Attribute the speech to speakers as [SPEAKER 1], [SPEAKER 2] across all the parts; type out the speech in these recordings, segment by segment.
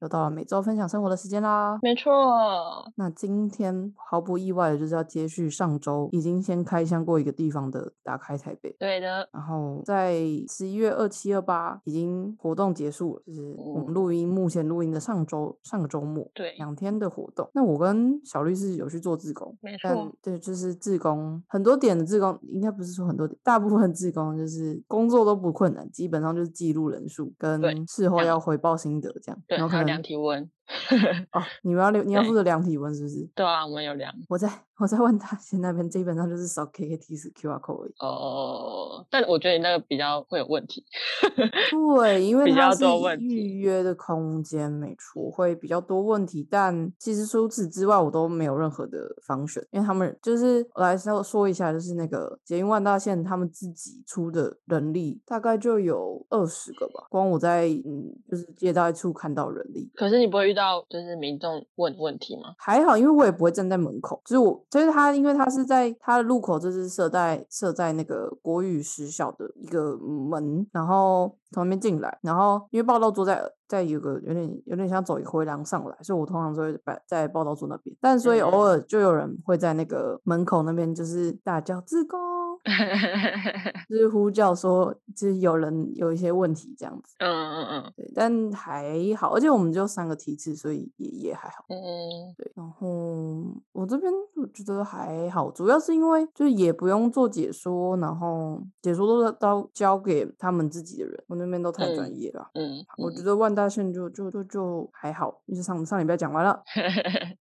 [SPEAKER 1] 又到了每周分享生活的时间啦。
[SPEAKER 2] 没错，
[SPEAKER 1] 那今天毫不意外的就是要接续上周已经先开箱过一个地方的打开台北，
[SPEAKER 2] 对的，
[SPEAKER 1] 然后在十一月二七二八已经活动结束了，就是我们录音目前录音的上周上个周末
[SPEAKER 2] 对，
[SPEAKER 1] 两天的活动。那我跟小律师有去做志工，
[SPEAKER 2] 没
[SPEAKER 1] 但
[SPEAKER 2] 错，
[SPEAKER 1] 对，就是志工很多点的志工，应该不是说很多点，大部分志工就是工作都不困难，基本上就是记录人数跟事后
[SPEAKER 2] 这样
[SPEAKER 1] 要回报心得这样。
[SPEAKER 2] 对，
[SPEAKER 1] 然后可
[SPEAKER 2] 还
[SPEAKER 1] 能
[SPEAKER 2] 有量体温。
[SPEAKER 1] 哦，你们要量你要
[SPEAKER 2] 对
[SPEAKER 1] 负责量体温是不是？
[SPEAKER 2] 对啊，我们有量。
[SPEAKER 1] 我在我在问他，现在那边基本上就是扫 KKT 是 QR code 而已。
[SPEAKER 2] 哦，但我觉得你那个比较会有问题。
[SPEAKER 1] 对，因为
[SPEAKER 2] 比
[SPEAKER 1] 它
[SPEAKER 2] 较
[SPEAKER 1] 是
[SPEAKER 2] 多问题
[SPEAKER 1] 预约的空间，没错，会比较多问题。但其实除此之外，我都没有任何的方选，因为他们就是我来稍说一下，就是那个捷运万大线他们自己出的人力，大概就有二十个吧。光我在嗯，就是街道处看到人力，
[SPEAKER 2] 可是你不会遇到就是民众问问题 吗？
[SPEAKER 1] 还好，因为我也不会站在门口，就是我，就是他，因为他是在他的路口，就是设在设在那个国语实小的一个门，然后从那边进来，然后因为报道桌在在有个有点有点像走一个回廊上来，所以我通常都会摆在报道桌那边，但所以偶尔就有人会在那个门口那边就是大叫自贡，就是呼叫说，就是有人有一些问题这样子，
[SPEAKER 2] 嗯嗯
[SPEAKER 1] 对，但还好，而且我们就三个梯次，所以也也还好。
[SPEAKER 2] 嗯嗯，
[SPEAKER 1] 对，然后我这边我觉得还好，主要是因为就是也不用做解说，然后解说都是都交给他们自己的人，我那边都太专业了。
[SPEAKER 2] 嗯，
[SPEAKER 1] 我觉
[SPEAKER 2] 嗯
[SPEAKER 1] 得万大线就就就就还好，就是上上礼拜讲完了。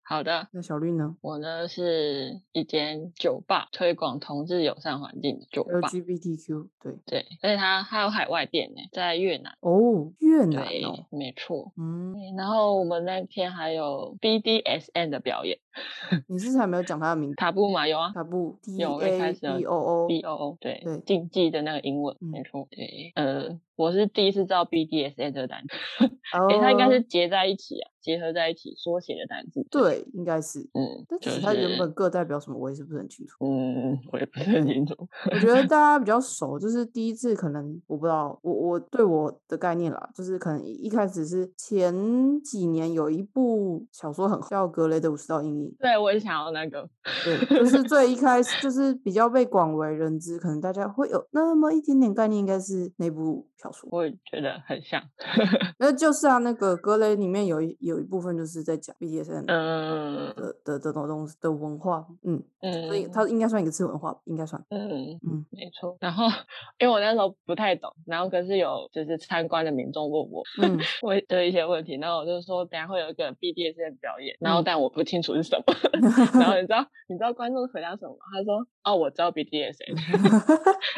[SPEAKER 2] 好的。
[SPEAKER 1] 那小绿 呢
[SPEAKER 2] 我呢是一间酒吧，推广同志友善环境的酒吧。
[SPEAKER 1] ？LGBTQ 对
[SPEAKER 2] 对，而且它还有海外店呢，在越南。
[SPEAKER 1] 哦，越南
[SPEAKER 2] 对
[SPEAKER 1] 哦，，
[SPEAKER 2] 没错。
[SPEAKER 1] 嗯，
[SPEAKER 2] 对然后我们那天还有 BDSN 的表演，
[SPEAKER 1] 你是不是还没有讲他的名字？
[SPEAKER 2] 塔布嘛有啊
[SPEAKER 1] 他不 D
[SPEAKER 2] 有一
[SPEAKER 1] A
[SPEAKER 2] 开始
[SPEAKER 1] B
[SPEAKER 2] 有
[SPEAKER 1] O O
[SPEAKER 2] ，B O O 对
[SPEAKER 1] 对
[SPEAKER 2] 竞技的那个英文，没
[SPEAKER 1] 嗯
[SPEAKER 2] 错。对，呃，我是第一次知道 BDSN 这个单词，
[SPEAKER 1] 哦
[SPEAKER 2] 诶，它应该是结在一起啊，结合在一起缩写的单词。，
[SPEAKER 1] 对，应该是。
[SPEAKER 2] 嗯，
[SPEAKER 1] 但
[SPEAKER 2] 就
[SPEAKER 1] 其
[SPEAKER 2] 是
[SPEAKER 1] 实它原本各代表什么，我也是不是很清楚。
[SPEAKER 2] 嗯，我也不是很清楚。
[SPEAKER 1] 我觉得大家比较熟，就是第一次可能我不知道，我我对我的概念啦，就是可能一一开始是前几年有一部小说很红叫《格雷的五十道阴影
[SPEAKER 2] 对，我也想要那个，》，
[SPEAKER 1] 对，就是最一开始就是比较被广为人知，可能大家会有那么一点点概念，应该是那部小说。
[SPEAKER 2] 我也觉得很像。
[SPEAKER 1] 那就是啊，那个格雷里面有一有一部分就是在讲 BDSM 的
[SPEAKER 2] 嗯
[SPEAKER 1] 的的东东的文化，嗯，所以
[SPEAKER 2] 嗯，
[SPEAKER 1] 它应该算一个次文化，应该算，
[SPEAKER 2] 嗯
[SPEAKER 1] 嗯
[SPEAKER 2] 嗯，没错。然后因为我那时候不太懂，然后可是有就是参观的民众问我，
[SPEAKER 1] 嗯，
[SPEAKER 2] 我的一些问题，然后我就说等一下会有一个 BDS 的表演，然后
[SPEAKER 1] 嗯
[SPEAKER 2] 但我不清楚 是什么，然后你知道你知道观众回答什么吗？他说哦我知道 BDS，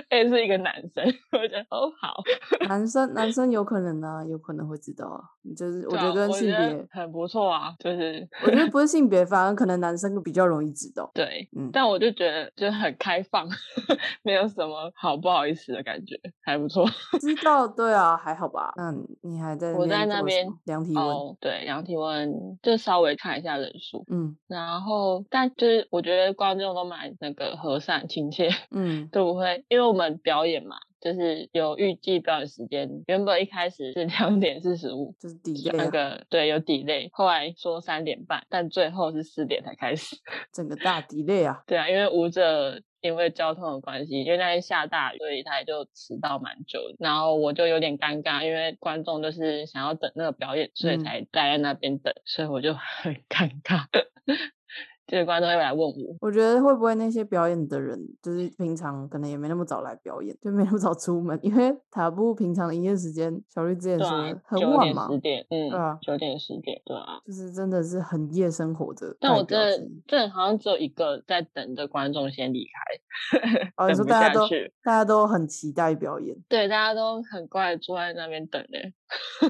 [SPEAKER 2] 哎是一个男生，我觉得哦好，
[SPEAKER 1] 男生男生有可能啊，有可能会知道啊，就是我
[SPEAKER 2] 对
[SPEAKER 1] 觉得
[SPEAKER 2] 啊
[SPEAKER 1] 跟性
[SPEAKER 2] 得
[SPEAKER 1] 别，
[SPEAKER 2] 很不错啊，就是
[SPEAKER 1] 我觉得不是性别，反而可能男生比较容易知道。
[SPEAKER 2] 对。
[SPEAKER 1] 嗯，
[SPEAKER 2] 但我就觉得就是很开放， 没有什么好不好意思的感觉，还不错。
[SPEAKER 1] 知道对啊，还好吧。那你还在
[SPEAKER 2] 我在那
[SPEAKER 1] 做什
[SPEAKER 2] 边
[SPEAKER 1] 么量体温，
[SPEAKER 2] 哦，对，量体温就稍微看一下人数，
[SPEAKER 1] 嗯
[SPEAKER 2] 然后但就是我觉得观众都蛮那个和善亲切，
[SPEAKER 1] 嗯
[SPEAKER 2] 对不会？因为我们表演嘛，就是有预计表演时间，原本一开始是 两点四十五。
[SPEAKER 1] 就是底
[SPEAKER 2] 有
[SPEAKER 1] 类、
[SPEAKER 2] 那
[SPEAKER 1] 啊，
[SPEAKER 2] 个对有 delay，后来说三点半，但最后是四点才开始。
[SPEAKER 1] 整个大底类啊。
[SPEAKER 2] 对啊，因为舞者因为交通的关系，因为那天下大雨，所以他也就迟到蛮久的。然后我就有点尴尬，因为观众就是想要等那个表演，所以
[SPEAKER 1] 嗯
[SPEAKER 2] 才待在那边等，所以我就 很尴尬。 就是观众会来问我，
[SPEAKER 1] 我觉得会不会那些表演的人，就是平常可能也没那么早来表演，就没那么早出门，因为塔布平常的营业时间，小绿之前
[SPEAKER 2] 对
[SPEAKER 1] 说、
[SPEAKER 2] 啊，
[SPEAKER 1] 很
[SPEAKER 2] 九
[SPEAKER 1] 晚
[SPEAKER 2] 点
[SPEAKER 1] 嘛，
[SPEAKER 2] 十点，
[SPEAKER 1] 啊
[SPEAKER 2] 嗯，九点十点，对啊。
[SPEAKER 1] 就是真的是很夜生活的代
[SPEAKER 2] 但
[SPEAKER 1] 表
[SPEAKER 2] 我
[SPEAKER 1] 之一。
[SPEAKER 2] 这这好像只有一个在等着观众先离开，
[SPEAKER 1] 哦，你
[SPEAKER 2] 等
[SPEAKER 1] 说
[SPEAKER 2] 不
[SPEAKER 1] 大家
[SPEAKER 2] 下
[SPEAKER 1] 都
[SPEAKER 2] 去。
[SPEAKER 1] 大家都很期待表演，
[SPEAKER 2] 对，大家都很乖，坐在那边等嘞。欸
[SPEAKER 1] 嗯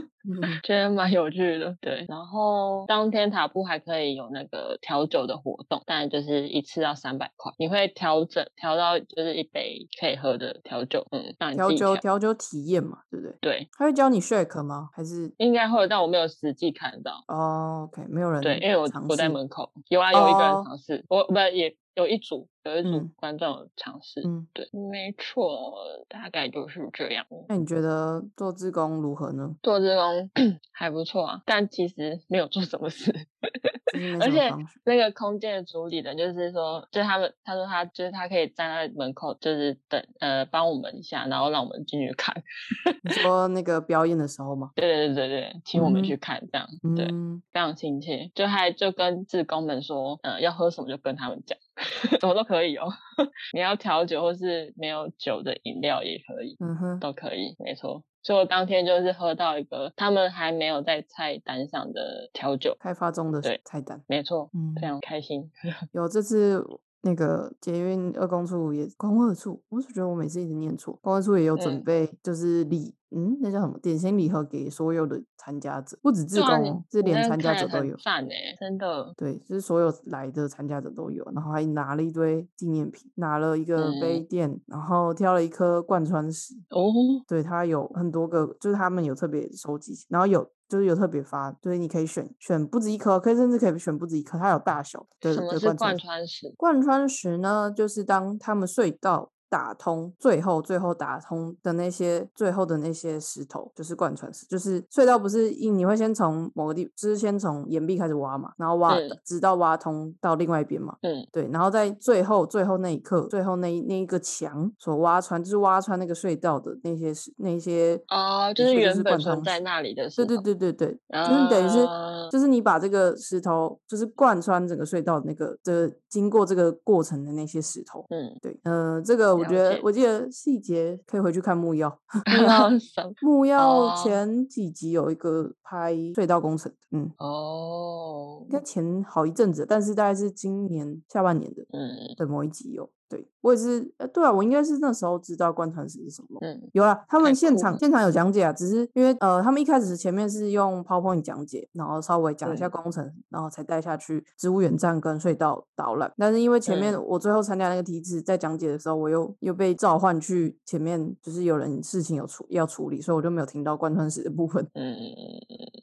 [SPEAKER 2] 觉得蛮有趣的。对，然后当天塔布还可以有那个调酒的活动，但就是一次要三百块，你会调整调到就是一杯可以喝的调酒，嗯，让你
[SPEAKER 1] 调
[SPEAKER 2] 自己
[SPEAKER 1] 酒调
[SPEAKER 2] 调。
[SPEAKER 1] 酒体验嘛，对不对？
[SPEAKER 2] 对，
[SPEAKER 1] 他会教你 shake 吗？还是
[SPEAKER 2] 应该会有，但我没有实际看到。
[SPEAKER 1] 哦，OK，没有人
[SPEAKER 2] 对，因为我
[SPEAKER 1] 尝
[SPEAKER 2] 我在
[SPEAKER 1] 试
[SPEAKER 2] 门口，有啊，有一个人
[SPEAKER 1] 哦
[SPEAKER 2] 尝试，我不也有一组有一组
[SPEAKER 1] 嗯
[SPEAKER 2] 观众有尝试，
[SPEAKER 1] 嗯，
[SPEAKER 2] 对，没错，大概就是这样。
[SPEAKER 1] 那你觉得做志工如何呢？
[SPEAKER 2] 做这工 还不错啊，但其实没有做什么事。
[SPEAKER 1] 就是没
[SPEAKER 2] 而
[SPEAKER 1] 什么
[SPEAKER 2] 且
[SPEAKER 1] 帮助
[SPEAKER 2] 那个空间的主理人就是说，就是他们，他说他就是他可以站在门口，就是等呃帮我们一下，然后让我们进去看。
[SPEAKER 1] 你说那个表演的时候吗？
[SPEAKER 2] 对对对对对，请我
[SPEAKER 1] 嗯
[SPEAKER 2] 们
[SPEAKER 1] 哼
[SPEAKER 2] 去看这样， 对，
[SPEAKER 1] 嗯，
[SPEAKER 2] 非常亲切。就还就跟志工们说，呃，要喝什么就跟他们讲， 什么都可以哦。 你要调酒或是没有酒的饮料也可以，
[SPEAKER 1] 嗯哼，
[SPEAKER 2] 都可以，没错。所以我当天就是喝到一个他们还没有在菜单上的调酒，
[SPEAKER 1] 开发中的
[SPEAKER 2] 对啊
[SPEAKER 1] 菜单，
[SPEAKER 2] 没错，
[SPEAKER 1] 嗯
[SPEAKER 2] 非，常开心。
[SPEAKER 1] 有这次那个捷运二公处也公二处，我是觉得我每次一直念错，公二处也有准
[SPEAKER 2] 嗯
[SPEAKER 1] 备，就是礼，嗯，那叫什么点心礼盒给所有的参加者，不止志
[SPEAKER 2] 对
[SPEAKER 1] 工
[SPEAKER 2] 啊，你
[SPEAKER 1] 哦，是
[SPEAKER 2] 你
[SPEAKER 1] 连
[SPEAKER 2] 那
[SPEAKER 1] 参加
[SPEAKER 2] 看
[SPEAKER 1] 者
[SPEAKER 2] 得
[SPEAKER 1] 都
[SPEAKER 2] 很
[SPEAKER 1] 有。
[SPEAKER 2] 赞哎，真的，
[SPEAKER 1] 对，就是所有来的参加者都有，然后还拿了一堆纪念品，拿了一个杯
[SPEAKER 2] 嗯
[SPEAKER 1] 垫，然后挑了一颗贯穿石，
[SPEAKER 2] 哦，
[SPEAKER 1] 对，它有很多个，就是他们有特别收集，然后有就是有特别发，就是你可以选选不止一颗，可以甚至可以选不止一颗，它有大小的
[SPEAKER 2] 什么
[SPEAKER 1] 的
[SPEAKER 2] 是
[SPEAKER 1] 贯穿
[SPEAKER 2] 贯
[SPEAKER 1] 石。
[SPEAKER 2] 穿石？
[SPEAKER 1] 贯穿石呢，就是当他们隧道打通，最后最后打通的那些最后的那些石头，就是贯穿石，就是隧道不是一你会先从某个地，就是先从岩壁开始挖嘛，然后挖、
[SPEAKER 2] 嗯
[SPEAKER 1] 直到挖通到另外一边嘛，
[SPEAKER 2] 嗯，
[SPEAKER 1] 对，然后在最后最后那一刻，最后那一那一个墙所挖穿，就是挖穿那个隧道的那些石那些
[SPEAKER 2] 哦，就
[SPEAKER 1] 的
[SPEAKER 2] 是
[SPEAKER 1] 确就
[SPEAKER 2] 原
[SPEAKER 1] 是
[SPEAKER 2] 本
[SPEAKER 1] 贯穿
[SPEAKER 2] 存在
[SPEAKER 1] 石
[SPEAKER 2] 那里的石
[SPEAKER 1] 对对
[SPEAKER 2] 头，
[SPEAKER 1] 对对对，就是等于是
[SPEAKER 2] 啊
[SPEAKER 1] 就是你把这个石头就是贯穿整个隧道的那个的经过这个过程的那些石头。
[SPEAKER 2] 嗯，
[SPEAKER 1] 对，呃，这个我
[SPEAKER 2] 了
[SPEAKER 1] 觉得
[SPEAKER 2] 解
[SPEAKER 1] 我记得细节可以回去看木曜，木
[SPEAKER 2] 然
[SPEAKER 1] 曜
[SPEAKER 2] 后什么？
[SPEAKER 1] 木曜
[SPEAKER 2] 哦
[SPEAKER 1] 前几集有一个拍隧道工程的，嗯，
[SPEAKER 2] 哦
[SPEAKER 1] 应，该前好一阵子，但是大概是今年下半年的
[SPEAKER 2] 嗯
[SPEAKER 1] 的某一集有。对我也是，呃，对啊，我应该是那时候知道贯穿石是什么。
[SPEAKER 2] 嗯
[SPEAKER 1] 有啦，他们
[SPEAKER 2] 太
[SPEAKER 1] 现
[SPEAKER 2] 酷
[SPEAKER 1] 场
[SPEAKER 2] 了
[SPEAKER 1] 现场有讲解啊，只是因为呃，他们一开始前面是用 PowerPoint 讲解，然后稍微讲一下
[SPEAKER 2] 嗯
[SPEAKER 1] 工程，然后才带下去植物园站跟隧道导览。但是因为前面
[SPEAKER 2] 嗯
[SPEAKER 1] 我最后参加那个梯次，在讲解的时候，我又又被召唤去前面，就是有人事情有处要处理，所以我就没有听到贯穿石的部分。
[SPEAKER 2] 嗯嗯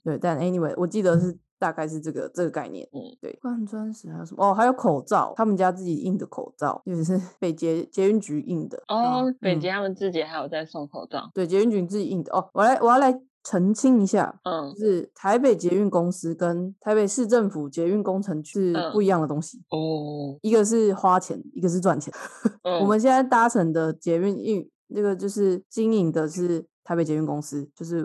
[SPEAKER 1] 对，但 anyway，我记得是大概是这个这个概念。
[SPEAKER 2] 嗯，
[SPEAKER 1] 对，贯穿石还有什么？哦，还有口罩，他们家自己印的口罩，尤其是 北捷捷运局印的。然后
[SPEAKER 2] 哦，北
[SPEAKER 1] 嗯，
[SPEAKER 2] 捷他们自己还有在送口罩，
[SPEAKER 1] 对，捷运局自己印的。哦，我来我要来澄清一下，
[SPEAKER 2] 嗯
[SPEAKER 1] 就是台北捷运公司跟台北市政府捷运工程局是不
[SPEAKER 2] 嗯
[SPEAKER 1] 一样的东西，
[SPEAKER 2] 哦，
[SPEAKER 1] 一个是花钱，一个是赚钱。我
[SPEAKER 2] 嗯
[SPEAKER 1] 们现在搭乘的捷运运那个就是经营的是台北捷运公司，就是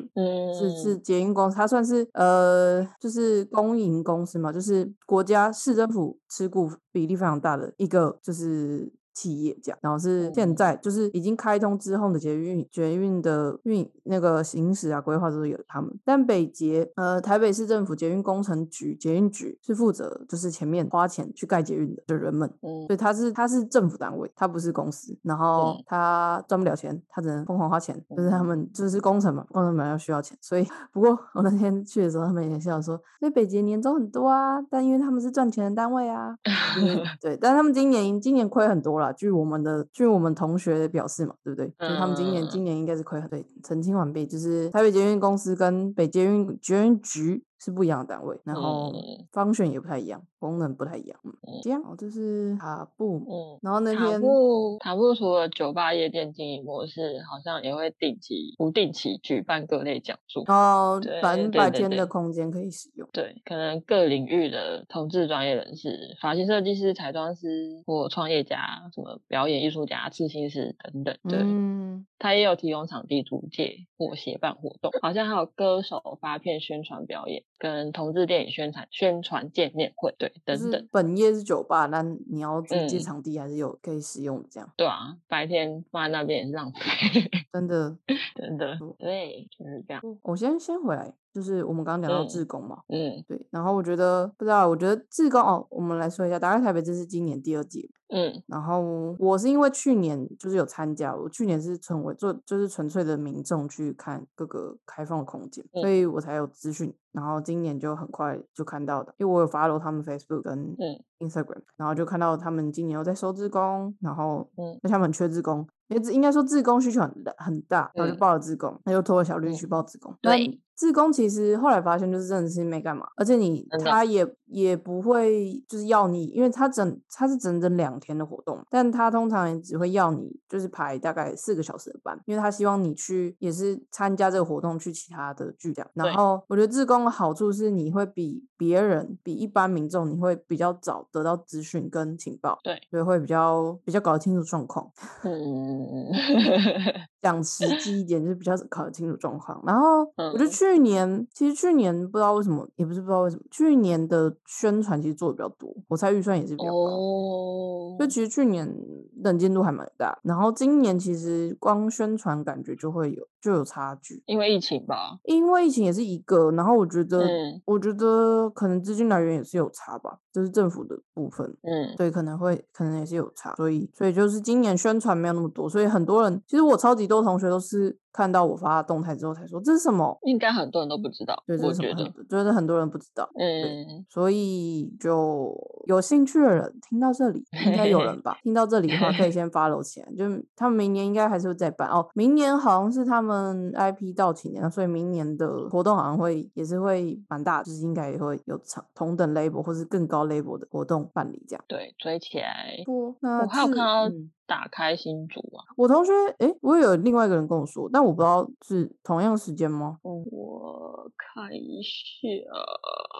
[SPEAKER 1] 是是
[SPEAKER 2] 嗯
[SPEAKER 1] 捷运公司，它算是呃就是公营公司嘛，就是国家市政府持股比例非常大的一个就是。企业这样，然后是现
[SPEAKER 2] 嗯
[SPEAKER 1] 在就是已经开通之后的捷运捷运的运那个行驶啊规划都是有他们，但北捷呃台北市政府捷运工程局捷运局是负责就是前面花钱去盖捷运的的人们，
[SPEAKER 2] 嗯
[SPEAKER 1] 所以它是它是政府单位，它不是公司，然后
[SPEAKER 2] 嗯
[SPEAKER 1] 它赚不了钱，它只能疯狂花钱，就是他
[SPEAKER 2] 嗯
[SPEAKER 1] 们就是工程嘛，工程本来要需要钱，所以不过我那天去的时候，他们也笑说，所以北捷年终很多啊，但因为他们是赚钱的单位 啊，就是对，但他们今年今年亏很多啦，据我们的据我们同学表示嘛，对不对？就是他们今年
[SPEAKER 2] 嗯
[SPEAKER 1] 今年应该是亏很对，澄清完毕，就是台北捷运公司跟北捷运捷运局是不一样的单位，然后
[SPEAKER 2] 嗯
[SPEAKER 1] 方选也不太一样，功能不太一样，嗯，
[SPEAKER 2] 嗯
[SPEAKER 1] 这样哦，就是塔布，
[SPEAKER 2] 嗯。
[SPEAKER 1] 然后那
[SPEAKER 2] 塔
[SPEAKER 1] 天
[SPEAKER 2] 布塔布除了酒吧、夜店经营模式，好像也会定期、不定期举办各类讲座。
[SPEAKER 1] 哦，反
[SPEAKER 2] 对
[SPEAKER 1] 正
[SPEAKER 2] 对
[SPEAKER 1] 白
[SPEAKER 2] 对
[SPEAKER 1] 天的
[SPEAKER 2] 对
[SPEAKER 1] 空间可以使用，
[SPEAKER 2] 对，可能各领域的同志专业人士，发型设计师、彩妆师或创业家，什么表演艺术家、刺青师等等。对，
[SPEAKER 1] 嗯，
[SPEAKER 2] 他也有提供场地租借或协办活动，好像还有歌手发片宣传表演，跟同志电影宣传宣传见面会，对，
[SPEAKER 1] 就
[SPEAKER 2] 等
[SPEAKER 1] 是
[SPEAKER 2] 等。
[SPEAKER 1] 本业是酒吧，那你要租借
[SPEAKER 2] 嗯，
[SPEAKER 1] 场地还是有可以使用的，这样
[SPEAKER 2] 对啊，白天放在那边也是浪费。
[SPEAKER 1] 真的。
[SPEAKER 2] 真的，
[SPEAKER 1] 我
[SPEAKER 2] 对，就是这样。
[SPEAKER 1] 我先先回来，就是我们刚刚讲到
[SPEAKER 2] 嗯
[SPEAKER 1] 志工嘛，
[SPEAKER 2] 嗯
[SPEAKER 1] 对，然后我觉得不知道，我觉得志工哦，我们来说一下，打开台北这是今年第二届，
[SPEAKER 2] 嗯
[SPEAKER 1] 然后我是因为去年就是有参加，我去年是纯为做就是纯粹的民众去看各个开放的空间，所
[SPEAKER 2] 嗯
[SPEAKER 1] 以我才有资讯。然后今年就很快就看到的，因为我有 follow 他们 Facebook 跟
[SPEAKER 2] 嗯
[SPEAKER 1] Instagram，、然后就看到他们今年又在收志工，然后
[SPEAKER 2] 嗯
[SPEAKER 1] 而且他们很缺志工，也只应该说志工需求很大很大，然后
[SPEAKER 2] 嗯
[SPEAKER 1] 就报了志工，那就拖着小绿
[SPEAKER 2] 嗯
[SPEAKER 1] 去报志工。
[SPEAKER 2] 对
[SPEAKER 1] 但志工其实后来发现就是真的是没干嘛，而且你
[SPEAKER 2] 真的
[SPEAKER 1] 他也也不会就是要你，因为他整他是整整两天的活动，但他通常也只会要你就是排大概四个小时的班，因为他希望你去也是参加这个活动去其他的剧这样。然
[SPEAKER 2] 对
[SPEAKER 1] 后我觉得志工的好处是你会比别人比一般民众你会比较早得到资讯跟情报，
[SPEAKER 2] 对，
[SPEAKER 1] 所以会比较比较搞得清楚状况。
[SPEAKER 2] 嗯，
[SPEAKER 1] 讲实际一点，就是比较搞得清楚状况。然后我觉得
[SPEAKER 2] 嗯
[SPEAKER 1] 去年，其实去年不知道为什么，也不是不知道为什么，去年的宣传其实做的比较多，我猜预算也是比较高。
[SPEAKER 2] 哦
[SPEAKER 1] 所以，其实去年能见度还蛮大，然后今年其实光宣传感觉就会有就有差距，
[SPEAKER 2] 因为疫情吧，
[SPEAKER 1] 因为疫情也是一个，然后我觉得、
[SPEAKER 2] 嗯
[SPEAKER 1] 我觉得可能资金来源也是有差吧，就是政府的部分。
[SPEAKER 2] 嗯
[SPEAKER 1] 对，可能会可能也是有差，所以所以就是今年宣传没有那么多，所以很多人其实我超级多同学都是看到我发动态之后才说这是什么，
[SPEAKER 2] 应该很多人都不知道，
[SPEAKER 1] 对，这
[SPEAKER 2] 我
[SPEAKER 1] 是什
[SPEAKER 2] 觉
[SPEAKER 1] 么，
[SPEAKER 2] 得，
[SPEAKER 1] 很就是很多人不知道，
[SPEAKER 2] 嗯，
[SPEAKER 1] 所以就有兴趣的人听到这里应该有人 吧，听到这里的话可以先 follow 起来，就是他们明年应该还是会再办哦，明年好像是他们 IP 到期年，所以明年的活动好像会也是会蛮大，就是应该也会有场同等 label 或是更高 label 的活动办理这样。
[SPEAKER 2] 对，追起来。
[SPEAKER 1] 不，那
[SPEAKER 2] 我还有
[SPEAKER 1] 至
[SPEAKER 2] 看到
[SPEAKER 1] 嗯
[SPEAKER 2] 打开新竹啊，
[SPEAKER 1] 我同学，诶，我有另外一个人跟我说，但我不知道是同样时间吗？
[SPEAKER 2] 嗯我看一下，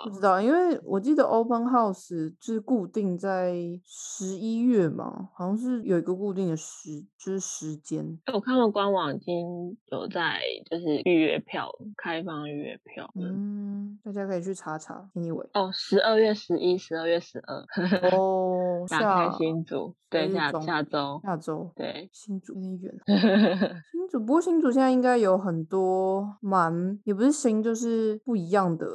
[SPEAKER 1] 不知道，因为我记得 Open House 是固定在十一月嘛，好像是有一个固定的时，就是时间。
[SPEAKER 2] 哎我看到官网已经有在就是预约票了，开放预约票了。
[SPEAKER 1] 嗯，大家可以去查查。Anyway，
[SPEAKER 2] 哦，十二月十一、十二月十二，
[SPEAKER 1] 哦，
[SPEAKER 2] 打开
[SPEAKER 1] 下
[SPEAKER 2] 新竹，对，
[SPEAKER 1] 日
[SPEAKER 2] 下
[SPEAKER 1] 中
[SPEAKER 2] 下周，
[SPEAKER 1] 下周，
[SPEAKER 2] 对
[SPEAKER 1] 新竹有点 远。新主播新主现在应该有很多蛮也不是新，就是不一样的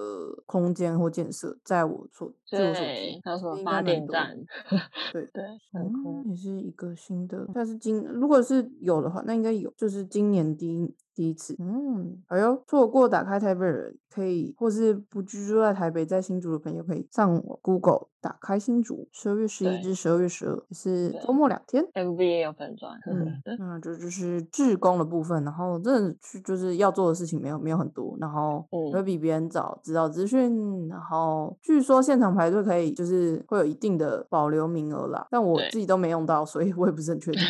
[SPEAKER 1] 空间或建设，在我所据我所
[SPEAKER 2] 对
[SPEAKER 1] 知，，
[SPEAKER 2] 还有什么
[SPEAKER 1] 应该
[SPEAKER 2] 发
[SPEAKER 1] 蛮
[SPEAKER 2] 电
[SPEAKER 1] 多
[SPEAKER 2] 站，
[SPEAKER 1] 对。
[SPEAKER 2] 对，很
[SPEAKER 1] 嗯，
[SPEAKER 2] 酷，
[SPEAKER 1] 也是一个新的，但是今如果是有的话，那应该有，就是今年第一第一次。嗯，哎呦，错过打开台北人可以，或是不居住在台北，在新竹的朋友可以上网 Google 打开新竹，十二月十一
[SPEAKER 2] 对
[SPEAKER 1] 至十二月十二，也是周
[SPEAKER 2] 对
[SPEAKER 1] 末两天。
[SPEAKER 2] ，MV 也有粉钻，
[SPEAKER 1] 嗯，那这就是志工的部分，然后真的去就是要做的事情没有没有很多，然后
[SPEAKER 2] 嗯
[SPEAKER 1] 会比别人早知道资讯，然后据说现场排队可以就是会有一定的保留名额啦，但我
[SPEAKER 2] 对
[SPEAKER 1] 自己都没用到，所以我也不是很确定。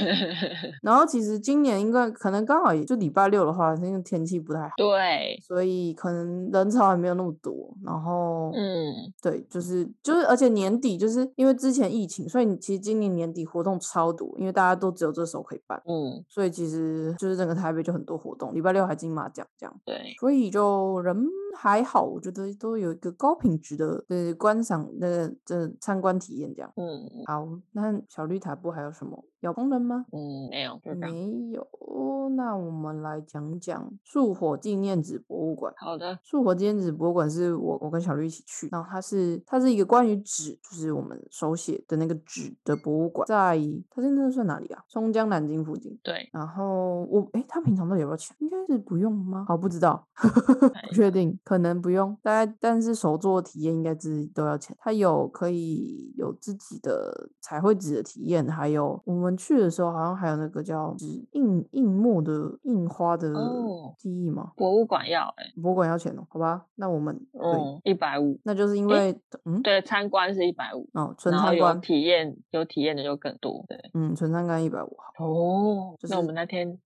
[SPEAKER 1] 然后其实今年应该可能刚好也就礼拜六的话，因为天气不太好，
[SPEAKER 2] 对，
[SPEAKER 1] 所以可能人潮还没有那么多，然后
[SPEAKER 2] 嗯，
[SPEAKER 1] 对，就是就是，而且年底就是因为之前疫情，所以你其实今年年底活动超多，因为大家都只有这时候可以办，
[SPEAKER 2] 嗯，
[SPEAKER 1] 所以其实就是整个台北就很多活动，礼拜六还金马奖这样，
[SPEAKER 2] 对，
[SPEAKER 1] 所以就人还好，我觉得都有一个高品质的呃观赏的这参观体验这样。
[SPEAKER 2] 嗯
[SPEAKER 1] 好，那小绿塔布还有什么要帮人吗？
[SPEAKER 2] 嗯，没有，就这样。
[SPEAKER 1] 没有，那我们来讲讲树火纪念纸博物馆。
[SPEAKER 2] 好的，
[SPEAKER 1] 树火纪念纸博物馆是我我跟小绿一起去，然后它是它是一个关于纸，就是我们手写的那个纸的博物馆，在它是那算哪里啊？松江南京附近。
[SPEAKER 2] 对，
[SPEAKER 1] 然后我哎，他平常到底要不要钱？应该是不用吗？哦好，不知道，
[SPEAKER 2] 看
[SPEAKER 1] 不
[SPEAKER 2] 一
[SPEAKER 1] 确
[SPEAKER 2] 下
[SPEAKER 1] 定，可能不用。大概但是手作体验应该是都要钱。它有可以有自己的彩绘纸的体验，还有我们去的时候好像还有那个叫纸印印墨的印花的
[SPEAKER 2] 哦
[SPEAKER 1] 记忆嘛。
[SPEAKER 2] 博物馆要哎、
[SPEAKER 1] 博物馆要钱哦，好吧，那我们对，
[SPEAKER 2] 嗯，一百五，
[SPEAKER 1] 那就是因
[SPEAKER 2] 诶
[SPEAKER 1] 为嗯
[SPEAKER 2] 对，参观是一百五，
[SPEAKER 1] 哦，纯
[SPEAKER 2] 然后
[SPEAKER 1] 参
[SPEAKER 2] 有
[SPEAKER 1] 观，
[SPEAKER 2] 体验，有体验的就更多，对。
[SPEAKER 1] 嗯，纯参观一百五好。
[SPEAKER 2] 哦，
[SPEAKER 1] 就
[SPEAKER 2] 那我
[SPEAKER 1] 是
[SPEAKER 2] 们那天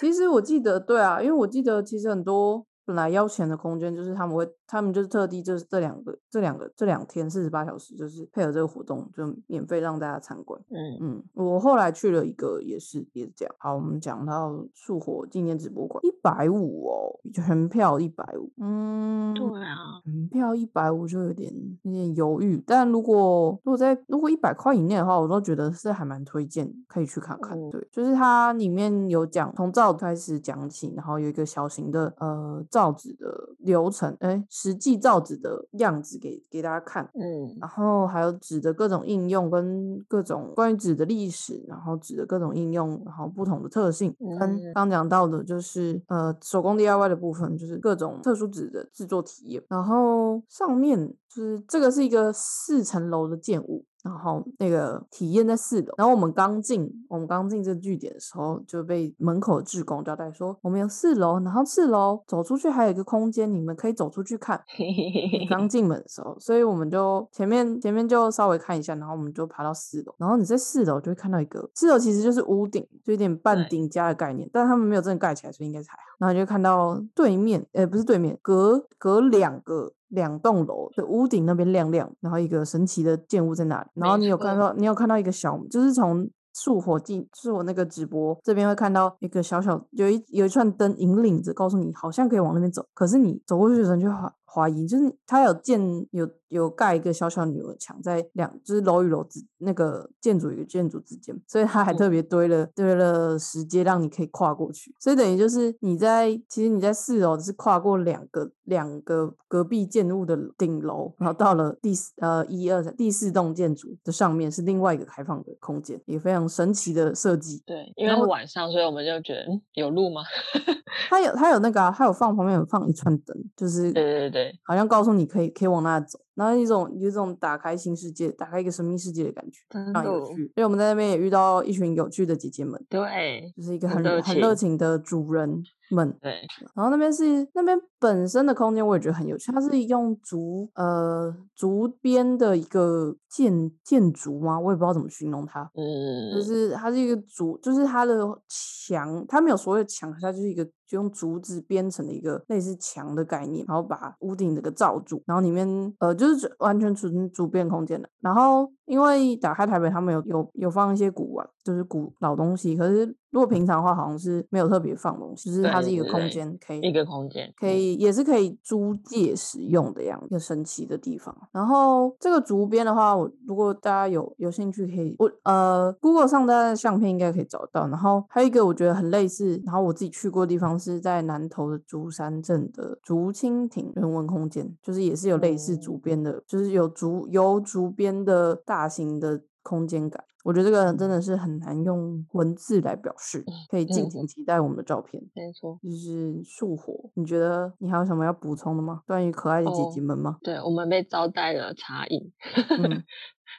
[SPEAKER 1] 其实我记得，对啊，因为我记得其实很多本来要钱的空间，就是他们会，他们就是特地就是这两个、这两个、这两天四十八小时，就是配合这个活动，就免费让大家参观。
[SPEAKER 2] 嗯，
[SPEAKER 1] 嗯，我后来去了一个也是也是这样。好，我们讲到树火纪念纸博物馆，一百五哦，全票一百五。嗯，
[SPEAKER 2] 对啊，
[SPEAKER 1] 门票一百五就有点有点犹豫，但如果如果在如果一百块以内的话，我都觉得是还蛮推荐可以去看看。
[SPEAKER 2] 嗯
[SPEAKER 1] 对，就是它里面有讲从照开始讲起，然后有一个小型的呃造纸的流程，哎，实际造纸的样子给给大家看。
[SPEAKER 2] 嗯，
[SPEAKER 1] 然后还有纸的各种应用跟各种关于纸的历史，然后纸的各种应用，然后不同的特性，跟
[SPEAKER 2] 嗯
[SPEAKER 1] 刚讲到的就是呃手工 DIY 的部分，就是各种特殊纸的制作体验。然后上面就是这个是一个四层楼的建物。然后那个体验在四楼，然后我们刚进，我们刚进这个据点的时候，就被门口的志工交代说，我们有四楼，然后四楼走出去还有一个空间，你们可以走出去看。
[SPEAKER 2] 嘿嘿嘿嘿
[SPEAKER 1] 你刚进门的时候，所以我们就前面前面就稍微看一下，然后我们就爬到四楼，然后你在四楼就会看到一个四楼其实就是屋顶，就有点半
[SPEAKER 2] 对
[SPEAKER 1] 顶加的概念，但他们没有真的盖起来，所以应该是还好。然后你就看到对面，呃，不是对面，隔隔两个。两栋楼的屋顶那边亮亮，然后一个神奇的建物在那里，然后
[SPEAKER 2] 没
[SPEAKER 1] 你有看
[SPEAKER 2] 错
[SPEAKER 1] 到，你有看到一个小，就是从树火进，是我那个直播这边会看到一个小小有一有一串灯引领着，告诉你好像可以往那边走，可是你走过去的时候你就怀怀疑，就是它有建有有盖一个小小女儿墙在两就是楼与楼之那个建筑与建筑之间，所以它还特
[SPEAKER 2] 嗯
[SPEAKER 1] 别堆了堆了石阶让你可以跨过去，所以等于就是你在其实你在四楼只是跨过两个两个隔壁建物的顶楼，然后到了第四呃一二三第四栋建筑的上面是另外一个开放的空间，也非常神奇的设计。
[SPEAKER 2] 对，因为
[SPEAKER 1] 然
[SPEAKER 2] 是
[SPEAKER 1] 后
[SPEAKER 2] 晚上，所以我们就觉得嗯有路吗？
[SPEAKER 1] 它有它有那个、啊，它有放旁边有放一串灯，就是
[SPEAKER 2] 对对对，
[SPEAKER 1] 好像告诉你可以可以往那走，然后一种有一种打开新世界、打开一个神秘世界的感觉，
[SPEAKER 2] 真
[SPEAKER 1] 非常
[SPEAKER 2] 的
[SPEAKER 1] 有趣。所以我们在那边也遇到一群有趣的姐姐们，
[SPEAKER 2] 对
[SPEAKER 1] 就是一个
[SPEAKER 2] 很
[SPEAKER 1] 很
[SPEAKER 2] 热
[SPEAKER 1] 很热
[SPEAKER 2] 情
[SPEAKER 1] 情的主人们。
[SPEAKER 2] 对，
[SPEAKER 1] 然后那边是那边本身的空间，我也觉得很有趣。它是用竹呃竹编的一个建建筑吗？我也不知道怎么形容它，就
[SPEAKER 2] 嗯，
[SPEAKER 1] 是它是一个竹，就是它的墙，它没有所谓的墙，它就是一个就用竹子编成的一个类似墙的概念，然后把屋顶这个罩住，然后里面呃就是完全纯竹编空间的。然后因为打开台北，他们有有有放一些古玩，就是古老东西，可是如果平常的话，好像是没有特别放东西，就是
[SPEAKER 2] 对
[SPEAKER 1] 它是一个
[SPEAKER 2] 对
[SPEAKER 1] 空
[SPEAKER 2] 对
[SPEAKER 1] 间可以
[SPEAKER 2] 一个空间，
[SPEAKER 1] 可
[SPEAKER 2] 嗯
[SPEAKER 1] 以也是可以租借使用的样一个神奇的地方。然后这个竹编的话，我如果大家有有兴趣，可以我呃 Google 上的相片应该可以找到。然后还有一个我觉得很类似，然后我自己去过的地方是在南投的竹山镇的竹蜻蜓人文空间，就是也是有类似竹
[SPEAKER 2] 嗯
[SPEAKER 1] 编的，就是有竹由竹编的大型的空间感。我觉得这个真的是很难用文字来表示，可以敬请期待我们的照片。
[SPEAKER 2] 没错。
[SPEAKER 1] 就是树火，你觉得你还有什么要补充的吗？关于可爱的姐姐
[SPEAKER 2] 哦，
[SPEAKER 1] 们 吗？
[SPEAKER 2] 对，我们被招待了茶饮，
[SPEAKER 1] 嗯，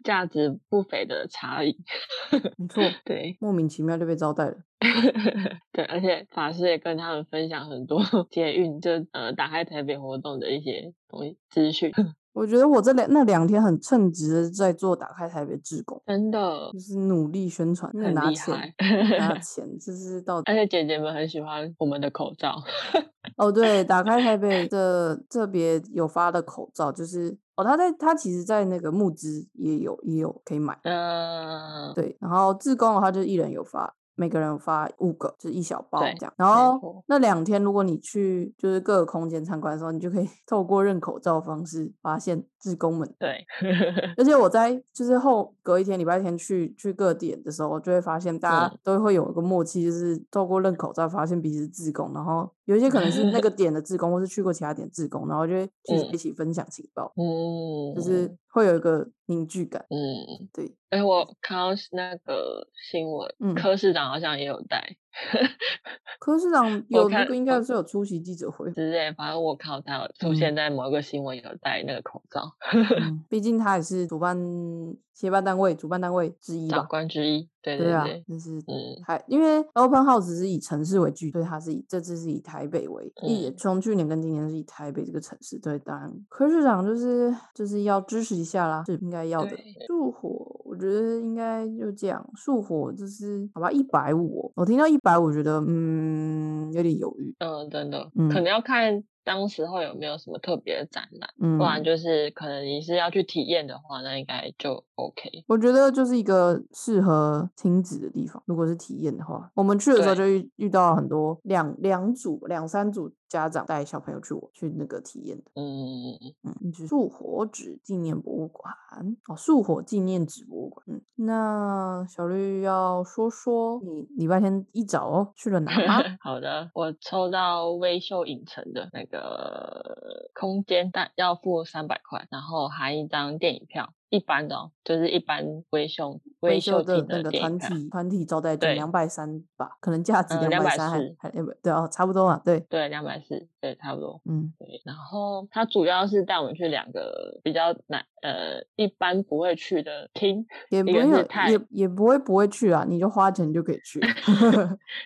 [SPEAKER 2] 价值不菲的茶饮，
[SPEAKER 1] 没错，
[SPEAKER 2] 对
[SPEAKER 1] 莫名其妙就被招待了。
[SPEAKER 2] 对，而且法师也跟他们分享很多 捷运就呃打开台北活动的一些东西 资讯，
[SPEAKER 1] 我觉得我这两那两天很称职的在做打开台北志工，
[SPEAKER 2] 真的
[SPEAKER 1] 就是努力宣传，没有
[SPEAKER 2] 很
[SPEAKER 1] 拿
[SPEAKER 2] 厉
[SPEAKER 1] 钱，
[SPEAKER 2] 害，
[SPEAKER 1] 拿钱，就是到
[SPEAKER 2] 而且姐姐们很喜欢我们的口罩，
[SPEAKER 1] 哦，对，打开台北的特别有发的口罩，就是哦，他在他其实，在那个募资也有也有可以买。
[SPEAKER 2] 嗯、
[SPEAKER 1] 对，然后志工的话就一人有发，每个人有发五个，就是一小包
[SPEAKER 2] 对，
[SPEAKER 1] 这样。然
[SPEAKER 2] 没
[SPEAKER 1] 后
[SPEAKER 2] 错，
[SPEAKER 1] 那两天，如果你去就是各个空间参观的时候，你就可以 透过认口罩的方式发现志工 们。
[SPEAKER 2] 对，
[SPEAKER 1] 而且我在就是后隔一天礼拜天去去各点的时候，就会发现大家
[SPEAKER 2] 嗯，
[SPEAKER 1] 都会有一个默契，就是透过认口罩发现彼此是志工，然后有一些可能是那个点的志工，或是去过其他点志工，然后就会聚在一
[SPEAKER 2] 嗯
[SPEAKER 1] 起分享情报，就
[SPEAKER 2] 嗯
[SPEAKER 1] 是会有一个凝聚感。
[SPEAKER 2] 嗯，
[SPEAKER 1] 对，
[SPEAKER 2] 哎，我看到是那个新闻，
[SPEAKER 1] 嗯。
[SPEAKER 2] 柯市长好像也有带，
[SPEAKER 1] 柯市长
[SPEAKER 2] 我
[SPEAKER 1] 有那
[SPEAKER 2] 看
[SPEAKER 1] 个应该
[SPEAKER 2] 我
[SPEAKER 1] 是有出席记者会，
[SPEAKER 2] 之类，反正我看到他有出
[SPEAKER 1] 嗯
[SPEAKER 2] 现在某一个新闻有戴那个口罩，
[SPEAKER 1] 嗯，毕竟他也是主办协办单位主办单位之一
[SPEAKER 2] 长
[SPEAKER 1] 吧，
[SPEAKER 2] 官之一，对
[SPEAKER 1] 对
[SPEAKER 2] 对
[SPEAKER 1] 啊，
[SPEAKER 2] 对，
[SPEAKER 1] 就是
[SPEAKER 2] 嗯
[SPEAKER 1] 台因为 Open House 是以城市为据，所以它是以这次是以台北为，一
[SPEAKER 2] 嗯，
[SPEAKER 1] 从去年跟今年是以台北这个城市，对，当然柯市长就是就是要支持一下啦，是应该要的。
[SPEAKER 2] 对，
[SPEAKER 1] 树火，我觉得应该就这样。树火就是好吧，一百五，我听到一百五，觉得嗯有点犹豫，
[SPEAKER 2] 嗯，真的，可
[SPEAKER 1] 嗯
[SPEAKER 2] 能要看当时候有没有什么特别的展览，不然
[SPEAKER 1] 嗯，
[SPEAKER 2] 就是可能你是要去体验的话，那应该就 OK，
[SPEAKER 1] 我觉得就是一个适合亲子的地方。如果是体验的话，我们去的时候
[SPEAKER 2] 对，
[SPEAKER 1] 就遇遇到很多两两组、两三组家长带小朋友去我去那个体验的。
[SPEAKER 2] 嗯，
[SPEAKER 1] 嗯，就是树火纸纪念博物馆哦，树火纪念纸博物馆。嗯，那小绿要说说你礼拜天一早哦去了哪吗？
[SPEAKER 2] 好的，我抽到微秀影城的那个空间，但要付三百块，然后含一张电影票，一般的、哦，就是一般微秀
[SPEAKER 1] 维
[SPEAKER 2] 秀
[SPEAKER 1] 修的
[SPEAKER 2] 厅
[SPEAKER 1] 那个
[SPEAKER 2] 电影
[SPEAKER 1] 团
[SPEAKER 2] 票。
[SPEAKER 1] 体团体招待金
[SPEAKER 2] 对
[SPEAKER 1] 两百三吧，可能价值
[SPEAKER 2] 嗯
[SPEAKER 1] 两百三还
[SPEAKER 2] 240
[SPEAKER 1] 还哎不对哦，差不多嘛，对，
[SPEAKER 2] 对，两百四，对，差不多。
[SPEAKER 1] 嗯
[SPEAKER 2] 对，然后它主要是带我们去两个比较难，呃，一般不会去的厅
[SPEAKER 1] 也
[SPEAKER 2] 一
[SPEAKER 1] 不
[SPEAKER 2] 个是
[SPEAKER 1] 用
[SPEAKER 2] 泰
[SPEAKER 1] 也也不会不会去啊，你就花钱就可以 去。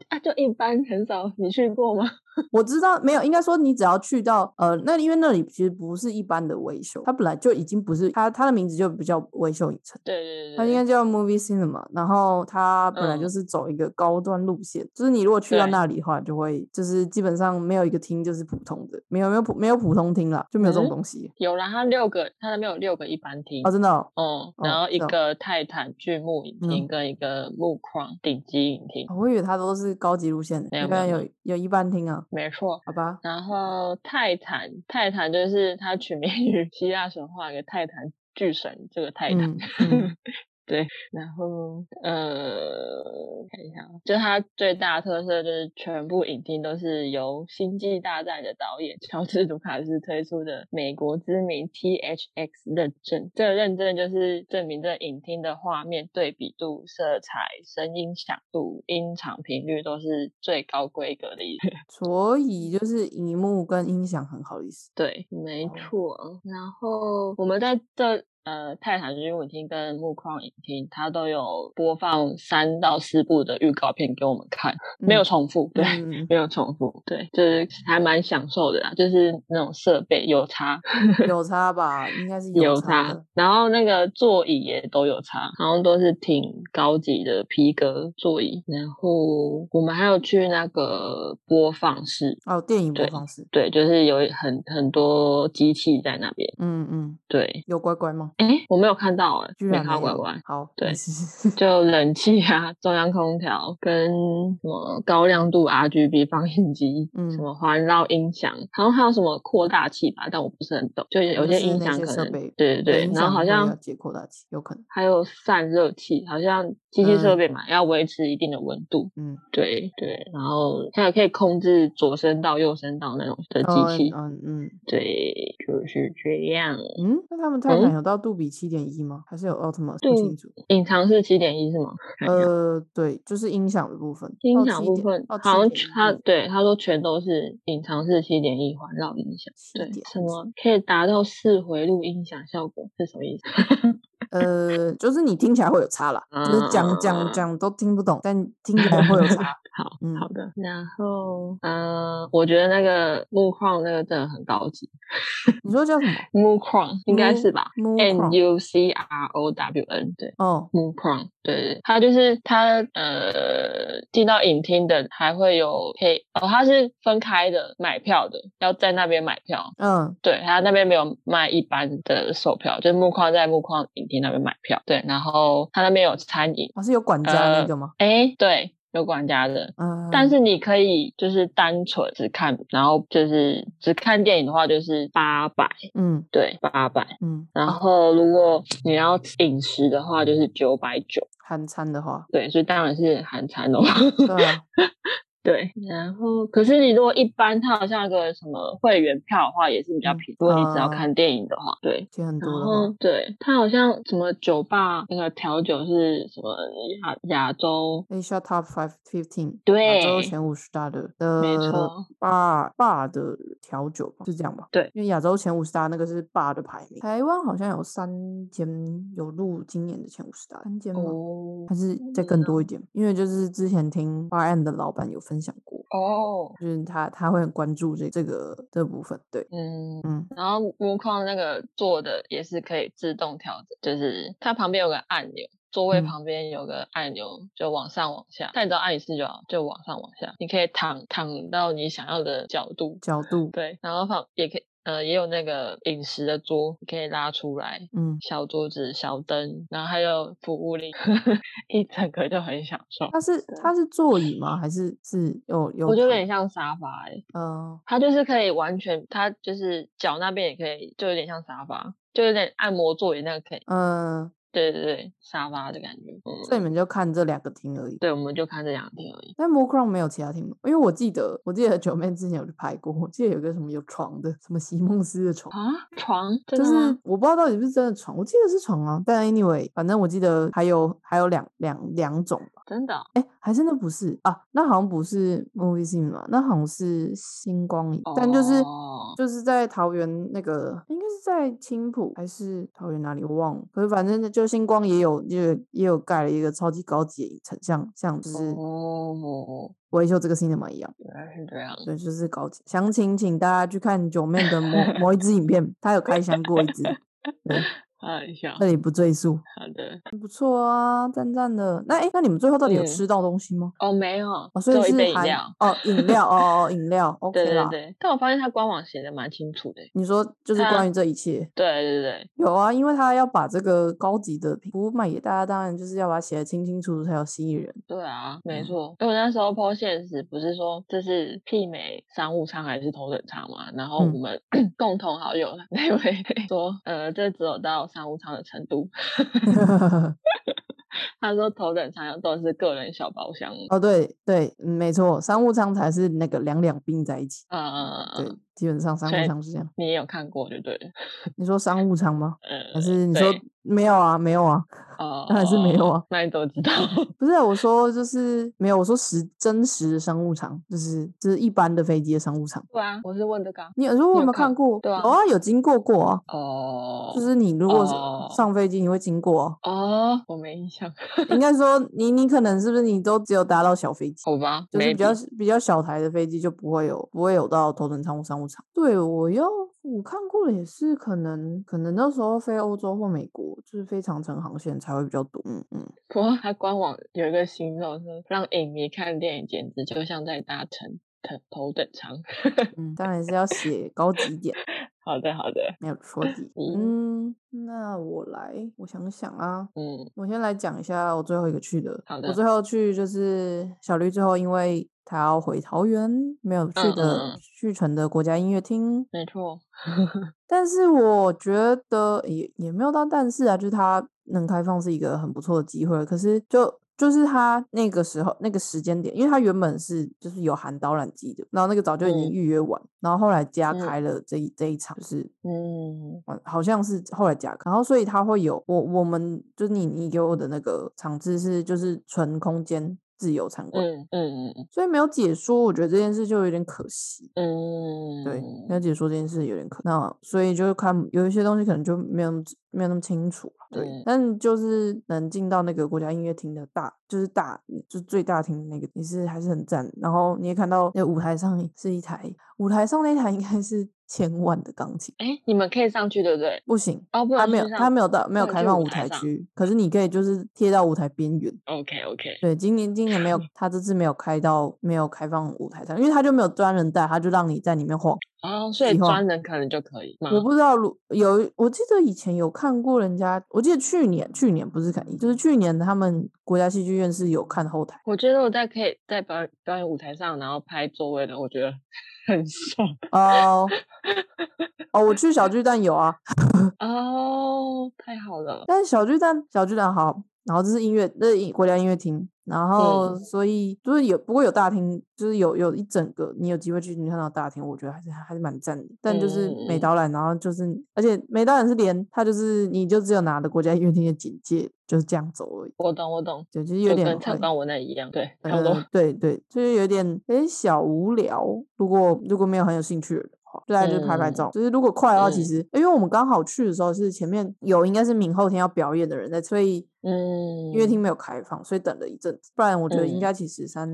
[SPEAKER 2] 啊，就一般很少。你去过吗？
[SPEAKER 1] 我知道没有，应该说你只要去到呃，那因为那里其实不是一般的维修，它本来就已经不是它它的名字就比较维修影城。
[SPEAKER 2] 对对对
[SPEAKER 1] 啊它应该
[SPEAKER 2] 对，
[SPEAKER 1] 叫 Movie Cinema，然后它本来就
[SPEAKER 2] 嗯
[SPEAKER 1] 是走一个高端路线，就是你如果去到
[SPEAKER 2] 对
[SPEAKER 1] 那里的话，就会就是基本上没有一个厅就是普通的，没有没有普没有普通厅啦，就没有这种
[SPEAKER 2] 嗯
[SPEAKER 1] 东西、
[SPEAKER 2] 有啦，它六个，它那边有六个一般厅
[SPEAKER 1] 哦，。真的哦、
[SPEAKER 2] 哦，
[SPEAKER 1] 哦
[SPEAKER 2] 然后一
[SPEAKER 1] 这样
[SPEAKER 2] 个泰坦巨幕影
[SPEAKER 1] 嗯
[SPEAKER 2] 厅跟一个木框顶级影厅，
[SPEAKER 1] 哦我以为它都是高级路线的，
[SPEAKER 2] 嗯没
[SPEAKER 1] 应
[SPEAKER 2] 有没
[SPEAKER 1] 该
[SPEAKER 2] 有没
[SPEAKER 1] 有有一般厅啊，
[SPEAKER 2] 没错。
[SPEAKER 1] 好吧，
[SPEAKER 2] 然后泰坦，泰坦就是它取名于 希腊神话一个泰坦巨神，这个泰坦。
[SPEAKER 1] 嗯嗯
[SPEAKER 2] 对，然后呃，看一下啊，就它最大的特色就是全部影厅都是由《星际大战》的导演乔治·卢卡斯推出的美国知名 THX 认证。这个认证就是证明这影厅的画面对比度、色彩、声音响度、音场频率都是最高规格的一
[SPEAKER 1] 所以就是荧幕跟音响很好的意思，
[SPEAKER 2] 对，没
[SPEAKER 1] 哦
[SPEAKER 2] 错。然后我们在这呃泰坦军舞厅跟木框影厅，它都有播放三到四部的预告片给我们看，没有
[SPEAKER 1] 嗯
[SPEAKER 2] 重复，对，
[SPEAKER 1] 嗯嗯
[SPEAKER 2] 没有重复，对，就是还蛮享受的啦，就是那种设备有 差，
[SPEAKER 1] 嗯有差吧，应该是
[SPEAKER 2] 有
[SPEAKER 1] 差的
[SPEAKER 2] 差，，然后那个座椅也都有差，好像都是挺高级的皮革座椅。然后我们还有去那个播放室。
[SPEAKER 1] 哦，电影播
[SPEAKER 2] 对
[SPEAKER 1] 放室，
[SPEAKER 2] 对，就是有很很多机器在那边，
[SPEAKER 1] 嗯嗯，
[SPEAKER 2] 对，
[SPEAKER 1] 有乖乖吗？
[SPEAKER 2] 哎，我没有看到哎、
[SPEAKER 1] 居
[SPEAKER 2] 没
[SPEAKER 1] 然
[SPEAKER 2] 看到
[SPEAKER 1] 没
[SPEAKER 2] 乖
[SPEAKER 1] 有
[SPEAKER 2] 乖，，
[SPEAKER 1] 好，没
[SPEAKER 2] 对
[SPEAKER 1] 事
[SPEAKER 2] 就冷气啊、 中央空调跟什么高亮度 RGB 放映机，
[SPEAKER 1] 嗯
[SPEAKER 2] 什么环绕音响，好像还有什么扩大器吧，但我不是很懂，就有
[SPEAKER 1] 哦就
[SPEAKER 2] 些
[SPEAKER 1] 是
[SPEAKER 2] 音
[SPEAKER 1] 那
[SPEAKER 2] 响
[SPEAKER 1] 些
[SPEAKER 2] 可
[SPEAKER 1] 设
[SPEAKER 2] 能
[SPEAKER 1] 备
[SPEAKER 2] 对对
[SPEAKER 1] 的
[SPEAKER 2] 对
[SPEAKER 1] 音，
[SPEAKER 2] 然
[SPEAKER 1] 响
[SPEAKER 2] 后好
[SPEAKER 1] 会要
[SPEAKER 2] 像
[SPEAKER 1] 解扩大器，有可能，
[SPEAKER 2] 还有散热器，好像机器设
[SPEAKER 1] 嗯
[SPEAKER 2] 备嘛、要维持一定的温度，
[SPEAKER 1] 嗯，
[SPEAKER 2] 对对，然后还有可以控制左声道、右声道那种的机
[SPEAKER 1] 哦
[SPEAKER 2] 器，
[SPEAKER 1] 嗯嗯
[SPEAKER 2] 对，就是这样。
[SPEAKER 1] 嗯，那他们泰坦
[SPEAKER 2] 嗯
[SPEAKER 1] 有到杜比七点一吗？还是有奥特曼？不
[SPEAKER 2] 杜
[SPEAKER 1] 清楚。
[SPEAKER 2] 隐藏是七点一是吗？看一下
[SPEAKER 1] 呃，对，就是音响的部分，
[SPEAKER 2] 音
[SPEAKER 1] 到
[SPEAKER 2] 响
[SPEAKER 1] 哦七
[SPEAKER 2] 部
[SPEAKER 1] 点，
[SPEAKER 2] 分
[SPEAKER 1] 到七
[SPEAKER 2] 好像
[SPEAKER 1] 点嗯一
[SPEAKER 2] 他
[SPEAKER 1] 部分，
[SPEAKER 2] 对他说全都是隐藏式七点一环绕音响，
[SPEAKER 1] 七
[SPEAKER 2] 对
[SPEAKER 1] 点
[SPEAKER 2] 什
[SPEAKER 1] 一，
[SPEAKER 2] 么可以达到四回路音响效果是什么意思？
[SPEAKER 1] 呃，就是你听起来会有差啦，就是讲讲
[SPEAKER 2] 啊，
[SPEAKER 1] 讲都听不懂，但听起来哦会有 差，
[SPEAKER 2] 好好
[SPEAKER 1] 嗯，
[SPEAKER 2] 的。然后呃，我觉得那个木框那个真的很高级，
[SPEAKER 1] 你说叫什么
[SPEAKER 2] 木框应该是吧哎
[SPEAKER 1] ？Mu
[SPEAKER 2] ？N
[SPEAKER 1] Mucron，
[SPEAKER 2] U C R O W N 对。
[SPEAKER 1] 哦，
[SPEAKER 2] Moon Crown，对对，它就是它呃进到影厅的还会有配哦，它是分开的买票的，要在那边买票。
[SPEAKER 1] 嗯
[SPEAKER 2] 对，它那边没有卖一般的售票，就是木框在木框影厅那边买票。对，然后它那边有餐饮，
[SPEAKER 1] 哦，是有管家那
[SPEAKER 2] 呃
[SPEAKER 1] 个吗？，
[SPEAKER 2] 哎，对，有管家的。但
[SPEAKER 1] 嗯，
[SPEAKER 2] 是你可以就是单纯只看，然后就是只看电影的话就是八百，
[SPEAKER 1] 嗯
[SPEAKER 2] 对，八百。
[SPEAKER 1] 嗯，
[SPEAKER 2] 然
[SPEAKER 1] 啊，
[SPEAKER 2] 后如果你要饮食的话就是九百九。
[SPEAKER 1] 含餐的 话，
[SPEAKER 2] 对，所以当然是韩餐咯。
[SPEAKER 1] 对啊，
[SPEAKER 2] 对，然后可是你如果一般，它好像有个什么会员票的话，也是比较
[SPEAKER 1] 嗯
[SPEAKER 2] 便宜。如果你只要
[SPEAKER 1] 啊
[SPEAKER 2] 看电影的话，对。
[SPEAKER 1] 钱很
[SPEAKER 2] 然
[SPEAKER 1] 多的话，
[SPEAKER 2] 后对，它好像什么酒吧那个调酒是什么亚亚洲，
[SPEAKER 1] Asia Top 哎 Five Fifteen 亚洲
[SPEAKER 2] 对，
[SPEAKER 1] 前五十大的
[SPEAKER 2] 没
[SPEAKER 1] 的
[SPEAKER 2] 错，
[SPEAKER 1] bar bar 的调酒吧，是这样吧？
[SPEAKER 2] 对，
[SPEAKER 1] 因为亚洲前五十大那个是 bar 的排名，台湾好像有三间有入今年的前五十大，三间吗？
[SPEAKER 2] 哦
[SPEAKER 1] 还是再更多一点？因为就是之前听 bar and 的老板有分享过，
[SPEAKER 2] 哦，
[SPEAKER 1] 就是他他会很关注这这个这部分，对，
[SPEAKER 2] 嗯。
[SPEAKER 1] 嗯
[SPEAKER 2] 然后木框那个做的也是可以自动调整，就是它旁边有个按钮，座位
[SPEAKER 1] 嗯，
[SPEAKER 2] 旁边有个按钮，就往上往下，但你只要按一次就好，就往上往下，你可以躺躺到你想要的角度，
[SPEAKER 1] 角度，
[SPEAKER 2] 对，然后旁也可以呃也有那个饮食的桌，你可以拉出来。
[SPEAKER 1] 嗯，
[SPEAKER 2] 小桌子、小灯，然后还有服务铃， 一整个就很享受。
[SPEAKER 1] 它是
[SPEAKER 2] 对，
[SPEAKER 1] 它是座椅吗？还是是有有
[SPEAKER 2] 我觉得有
[SPEAKER 1] 躺？
[SPEAKER 2] 点像沙发哎、
[SPEAKER 1] 呃，
[SPEAKER 2] 它就是可以完全，它就是脚那边也可以，就有点像沙发，就有点按摩座椅那个可以。
[SPEAKER 1] 嗯，
[SPEAKER 2] 对对对，沙发的感觉。嗯，
[SPEAKER 1] 所以你啊们就看这两个厅而已。
[SPEAKER 2] 对，我们就看这两天而已。
[SPEAKER 1] 但 More Crown 没有其他厅吗，因为我记得我记得九妹之前有去拍过，我记得有个什么有床的，什么席梦思的床。
[SPEAKER 2] 啊，床真
[SPEAKER 1] 就
[SPEAKER 2] 的
[SPEAKER 1] 是
[SPEAKER 2] 吗？
[SPEAKER 1] 我不知道到底是不是真的床，我记得是床啊，但 anyway，反正我记得还有还有两两两种吧，
[SPEAKER 2] 真的哦
[SPEAKER 1] 哎，还真的不是啊，那好像不是 Movie Cinema，那好像是星光影，但就是
[SPEAKER 2] 哦
[SPEAKER 1] 就是在桃园那个，应该是在青浦还是桃园哪里，我忘了。可是反正就星光也有，也有也有盖了一个超级高级的影城，像像就是
[SPEAKER 2] 哦，
[SPEAKER 1] 维修这个 cinema 一样，
[SPEAKER 2] 原来是这样。
[SPEAKER 1] 对，就是高级。详情请大家去看九妹的某某一支影片，她有开箱过一 支，对，
[SPEAKER 2] 哎呀，
[SPEAKER 1] 这里不赘述。
[SPEAKER 2] 好的。
[SPEAKER 1] 不错啊，赞赞的。那哎，那你们最后到底有
[SPEAKER 2] 嗯
[SPEAKER 1] 吃到东西吗？
[SPEAKER 2] 哦，没有
[SPEAKER 1] 哦，，所以
[SPEAKER 2] 只有一杯
[SPEAKER 1] 是
[SPEAKER 2] 饮
[SPEAKER 1] 含
[SPEAKER 2] 料。
[SPEAKER 1] 哦饮料哦哦饮料
[SPEAKER 2] 对
[SPEAKER 1] ，OK
[SPEAKER 2] 对
[SPEAKER 1] 啦。
[SPEAKER 2] 对，但我发现他官网写的蛮清楚的。
[SPEAKER 1] 你说就是
[SPEAKER 2] 它
[SPEAKER 1] 关于这一切，
[SPEAKER 2] 对对对，
[SPEAKER 1] 有啊，因为他要把这个高级的品服务卖给大家，当然就是要把它写得清清楚楚才有吸引人。
[SPEAKER 2] 对啊，没
[SPEAKER 1] 嗯
[SPEAKER 2] 错。因为我那时候 PO 现实，不是说这是媲美商务舱还是头等舱嘛？然后我
[SPEAKER 1] 嗯
[SPEAKER 2] 们 共同好友那位 说，呃，这只有到商务舱的程度。 他说头等舱都是个人小包厢。
[SPEAKER 1] 哦，对对，嗯没错，商务舱才是那个两两并在一起。对
[SPEAKER 2] 呃，，
[SPEAKER 1] 基本上商
[SPEAKER 2] 所
[SPEAKER 1] 务
[SPEAKER 2] 以
[SPEAKER 1] 舱是这样。
[SPEAKER 2] 你也有看过就对了。
[SPEAKER 1] 你说商务舱吗？
[SPEAKER 2] 呃，
[SPEAKER 1] 还是你
[SPEAKER 2] 对
[SPEAKER 1] 说没有啊？没有啊，
[SPEAKER 2] 哦，
[SPEAKER 1] 当然是没有啊
[SPEAKER 2] 哦那你怎么知道？
[SPEAKER 1] 不是啊我说就是没有，我说实真实的商务舱，就是就是一般的飞机的商务舱。
[SPEAKER 2] 对啊，我是问这个啊。
[SPEAKER 1] 你有说我有
[SPEAKER 2] 有
[SPEAKER 1] 没有
[SPEAKER 2] 看
[SPEAKER 1] 看过？
[SPEAKER 2] 对
[SPEAKER 1] 有
[SPEAKER 2] 啊
[SPEAKER 1] 啊，有经过过啊。
[SPEAKER 2] 哦
[SPEAKER 1] 就，是你如果是
[SPEAKER 2] 哦
[SPEAKER 1] 上飞机，你会经过、啊。
[SPEAKER 2] 哦，我没印象，
[SPEAKER 1] 应该说你你可能是不是你都只有搭到小飞机，
[SPEAKER 2] 好吧，
[SPEAKER 1] 就是比较
[SPEAKER 2] 哦 maybe
[SPEAKER 1] 比较小台的飞机就不会有不会有到头等舱或商务舱。对，我要我看过的也是可能可能那时候飞欧洲或美国，就是飞长城航线才会比较多。嗯 嗯，
[SPEAKER 2] 不过它官网有一个形容是让影迷看电影简直就像在搭乘头头等舱。
[SPEAKER 1] 嗯当然是要写高级一点，
[SPEAKER 2] 好的，好的，
[SPEAKER 1] 没有错的。 嗯，那我来，我想想啊，
[SPEAKER 2] 嗯，
[SPEAKER 1] 我先来讲一下我最后一个去的。
[SPEAKER 2] 好
[SPEAKER 1] 我
[SPEAKER 2] 的
[SPEAKER 1] 最后去就是小绿，最后因为他要回桃园，没有去
[SPEAKER 2] 嗯
[SPEAKER 1] 的、
[SPEAKER 2] 嗯嗯
[SPEAKER 1] 去成的国家音乐厅。
[SPEAKER 2] 没错，
[SPEAKER 1] 但是我觉得也也没有到，但是啊，就是它能开放是一个很不错的机会。可是就就是它那个时候那个时间点，因为它原本是就是有含导览机的，然后那个早就已经
[SPEAKER 2] 嗯
[SPEAKER 1] 预约完，然后后来加
[SPEAKER 2] 嗯
[SPEAKER 1] 开了这一这一场，就是
[SPEAKER 2] 嗯，
[SPEAKER 1] 嗯，好像是后来加，然后所以它会有我我们就是你你给我的那个场次是就是纯空间自由参观，
[SPEAKER 2] 嗯嗯嗯
[SPEAKER 1] 所以没有解说，我觉得这件事就有点可惜。
[SPEAKER 2] 嗯，
[SPEAKER 1] 对，没有解说这件事有点可，那所以就是看有一些东西可能就没有那么没有那么清楚了。对，
[SPEAKER 2] 嗯
[SPEAKER 1] 但就是能进到那个国家音乐厅的大，就是大，就是最大厅的那个，也是还是很赞。然后你也看到那舞台上是一台，舞台上那台应该是千万的钢琴，
[SPEAKER 2] 哎、你们可以上去对不对？
[SPEAKER 1] 不行，
[SPEAKER 2] 哦，不
[SPEAKER 1] 它
[SPEAKER 2] 能
[SPEAKER 1] 没
[SPEAKER 2] 去
[SPEAKER 1] 有
[SPEAKER 2] 上，
[SPEAKER 1] 它没有到没有
[SPEAKER 2] 不能
[SPEAKER 1] 开
[SPEAKER 2] 去
[SPEAKER 1] 放
[SPEAKER 2] 舞
[SPEAKER 1] 舞
[SPEAKER 2] 台
[SPEAKER 1] 台
[SPEAKER 2] 上
[SPEAKER 1] 区，可是你可以就是贴到舞台边缘。
[SPEAKER 2] OK OK，
[SPEAKER 1] 对，今年今年 没有，他这次没有开到没有开放舞台上，因为他就没有专人带，他就让你在里面晃。
[SPEAKER 2] 哦，所以
[SPEAKER 1] 计划
[SPEAKER 2] 专人可能就可以吗？
[SPEAKER 1] 我不知道，如有我记得以前有看过人家，我记得去年去年不是看，就是去年他们国家戏剧院是有看后台，
[SPEAKER 2] 我觉得我在可以在表演表演舞台上，然后拍座位的，我觉得很爽
[SPEAKER 1] 哦、哦，我去小巨蛋有啊，
[SPEAKER 2] 哦，太好了，
[SPEAKER 1] 但是小巨蛋小巨蛋好，然后这是音乐，这是音国家音乐厅，然后所以就是有不过有大厅，就是有有一整个你有机会去你看到大厅，我觉得还是还是蛮赞的，但就是
[SPEAKER 2] 嗯嗯
[SPEAKER 1] 没
[SPEAKER 2] 嗯
[SPEAKER 1] 导览，然后就是而且没导览是连他就是你就只有拿了国家音乐厅的简介就是这样走而已，
[SPEAKER 2] 我懂我懂，
[SPEAKER 1] 对，就是有
[SPEAKER 2] 就
[SPEAKER 1] 点
[SPEAKER 2] 跟参
[SPEAKER 1] 会。
[SPEAKER 2] 观我那一样，对，差不多，
[SPEAKER 1] 呃，对对，就是有点有点小无聊。如果如果没有很有兴趣的话，就大家就是拍拍
[SPEAKER 2] 嗯
[SPEAKER 1] 照。就是如果快的话，
[SPEAKER 2] 嗯
[SPEAKER 1] 其实因为我们刚好去的时候是前面有应该是明后天要表演的人在，所以
[SPEAKER 2] 嗯，
[SPEAKER 1] 音乐厅没有开放，所以等了一阵子。不然我觉得应
[SPEAKER 2] 嗯
[SPEAKER 1] 该其实三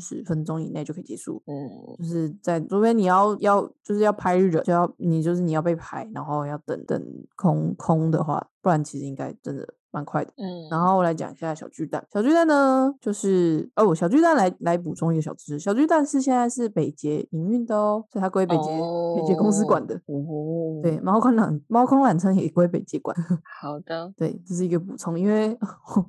[SPEAKER 1] 十分钟以内就可以结束。
[SPEAKER 2] 嗯
[SPEAKER 1] 就是在，除非你要要就是要拍人，就要你就是你要被拍，然后要等等空空的话，不然其实应该真的蛮快的。
[SPEAKER 2] 嗯，
[SPEAKER 1] 然后我来讲一下小巨蛋。小巨蛋呢，就是哦，小巨蛋来来补充一个小知识，小巨蛋是现在是北捷营运的哦，嗯所以它归北捷、北捷公司管
[SPEAKER 2] 哦
[SPEAKER 1] 的。
[SPEAKER 2] 哦，
[SPEAKER 1] 对，，猫空缆猫空缆车也归北捷管。
[SPEAKER 2] 好的，
[SPEAKER 1] 对，这是一个补充，因为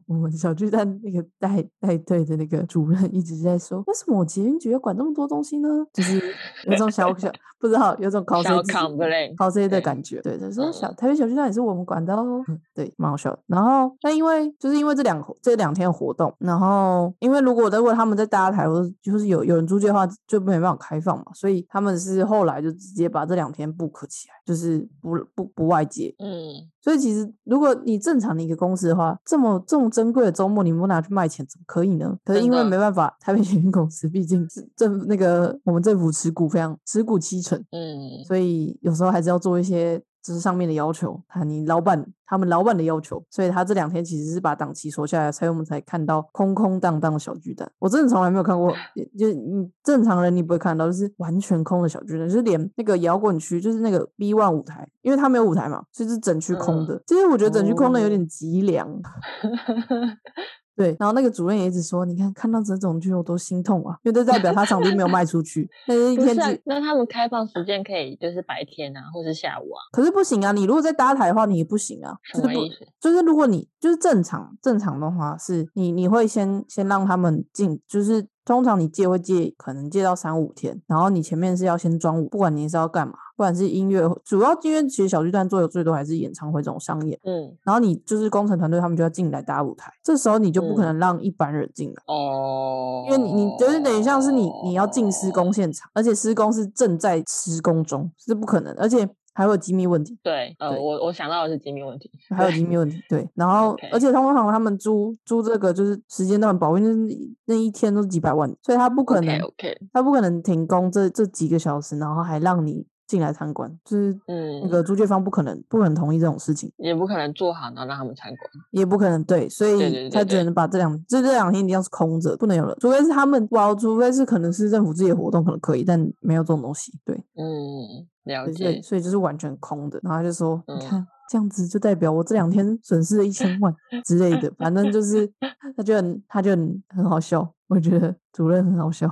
[SPEAKER 1] 我们小巨蛋那个带带队的那个主任一直在说，为什么我捷运局要管这么多东西呢？就是有种小小不知道，有种高
[SPEAKER 2] 小
[SPEAKER 1] C
[SPEAKER 2] complain，
[SPEAKER 1] 高 C 的
[SPEAKER 2] 对
[SPEAKER 1] 感哦觉。对，他说
[SPEAKER 2] 嗯
[SPEAKER 1] 小台北小巨蛋也是我们管的哦，嗯对，蛮好笑的。然后那因为就是因为这两这两天的活动，然后因为如果如果他们在搭台或者就是有有人租借的话，就没办法开放嘛，所以他们是后来就直接把这两天 book 起来，就是不不不外借。
[SPEAKER 2] 嗯，
[SPEAKER 1] 所以其实，如果你正常的一个公司的话，这么这么珍贵的周末，你不拿去卖钱，怎么可以呢？可是
[SPEAKER 2] 真
[SPEAKER 1] 因为
[SPEAKER 2] 的
[SPEAKER 1] 没办法，台北捷运公司毕竟是政那个我们政府持股非常持股七成，
[SPEAKER 2] 嗯，
[SPEAKER 1] 所以有时候还是要做一些就是上面的要求，啊，你老板他们老板的要求，所以他这两天其实是把档期锁下来，所以我们才看到空空荡荡的小巨蛋。我真的从来没有看 过，也就是你正常人你不会看到，就是完全空的小巨蛋，就是连那个摇滚区，就是那个 B One 舞台，因为它没有舞台嘛，所以是整区空
[SPEAKER 2] 嗯
[SPEAKER 1] 的。其实我觉得整区空的有
[SPEAKER 2] 哦
[SPEAKER 1] 点极凉。 对，然后那个主任也一直说，你看看到这种剧我都心痛啊，因为这代表他场地没有卖出去，那 是一
[SPEAKER 2] 不
[SPEAKER 1] 天
[SPEAKER 2] 是啊
[SPEAKER 1] 只，
[SPEAKER 2] 那他们开放时间可以就是白天啊，或是下午啊，
[SPEAKER 1] 可是不行啊，你如果在搭台的话，你也不行啊，
[SPEAKER 2] 什
[SPEAKER 1] 就是
[SPEAKER 2] 么
[SPEAKER 1] 不
[SPEAKER 2] 意思？
[SPEAKER 1] 就是如果你就是正常正常的话，是你你会先先让他们进，就是通常你借会借可能借到三五天，然后你前面是要先装舞，不管你是要干嘛，不管是音乐会，主要因为其实小巨蛋做的最多还是演唱会这种商演，
[SPEAKER 2] 嗯，
[SPEAKER 1] 然后你就是工程团队他们就要进来搭舞台，这时候你就不可
[SPEAKER 2] 嗯
[SPEAKER 1] 能让一般人进来。
[SPEAKER 2] 哦，
[SPEAKER 1] 因为你你就是等于像是你你要进施工，现场，而且施工是正在施工中，是不可能，而且还会有机密问题，
[SPEAKER 2] 对，呃，
[SPEAKER 1] 对
[SPEAKER 2] 我我想到的是机密问题，
[SPEAKER 1] 还有机密问题。对，然后
[SPEAKER 2] OK
[SPEAKER 1] 而且通常他们租租这个就是时间都很宝贵，那那一天都是几百万，所以他不可能
[SPEAKER 2] OK，
[SPEAKER 1] 他不可能停工这这几个小时，然后还让你进来参观，就是
[SPEAKER 2] 嗯，
[SPEAKER 1] 那个租借方不可能不可能同意这种事情。
[SPEAKER 2] 也不可能做好然后让他们参观，
[SPEAKER 1] 也不可能对，所以
[SPEAKER 2] 对
[SPEAKER 1] 他
[SPEAKER 2] 对
[SPEAKER 1] 只
[SPEAKER 2] 对
[SPEAKER 1] 能把这两这这两天一定要是空着，不能有人，除非是他们哇，除非是可能是政府自己的活动可能可以，但没有这种东西，对，
[SPEAKER 2] 嗯，了
[SPEAKER 1] 对所以
[SPEAKER 2] 解，
[SPEAKER 1] 所以就是完全空的。然后他就说，你
[SPEAKER 2] 嗯
[SPEAKER 1] 看这样子就代表我这两天损失了一千 万之类的，反正就是他就很他就很很好笑，我觉得主任很好笑。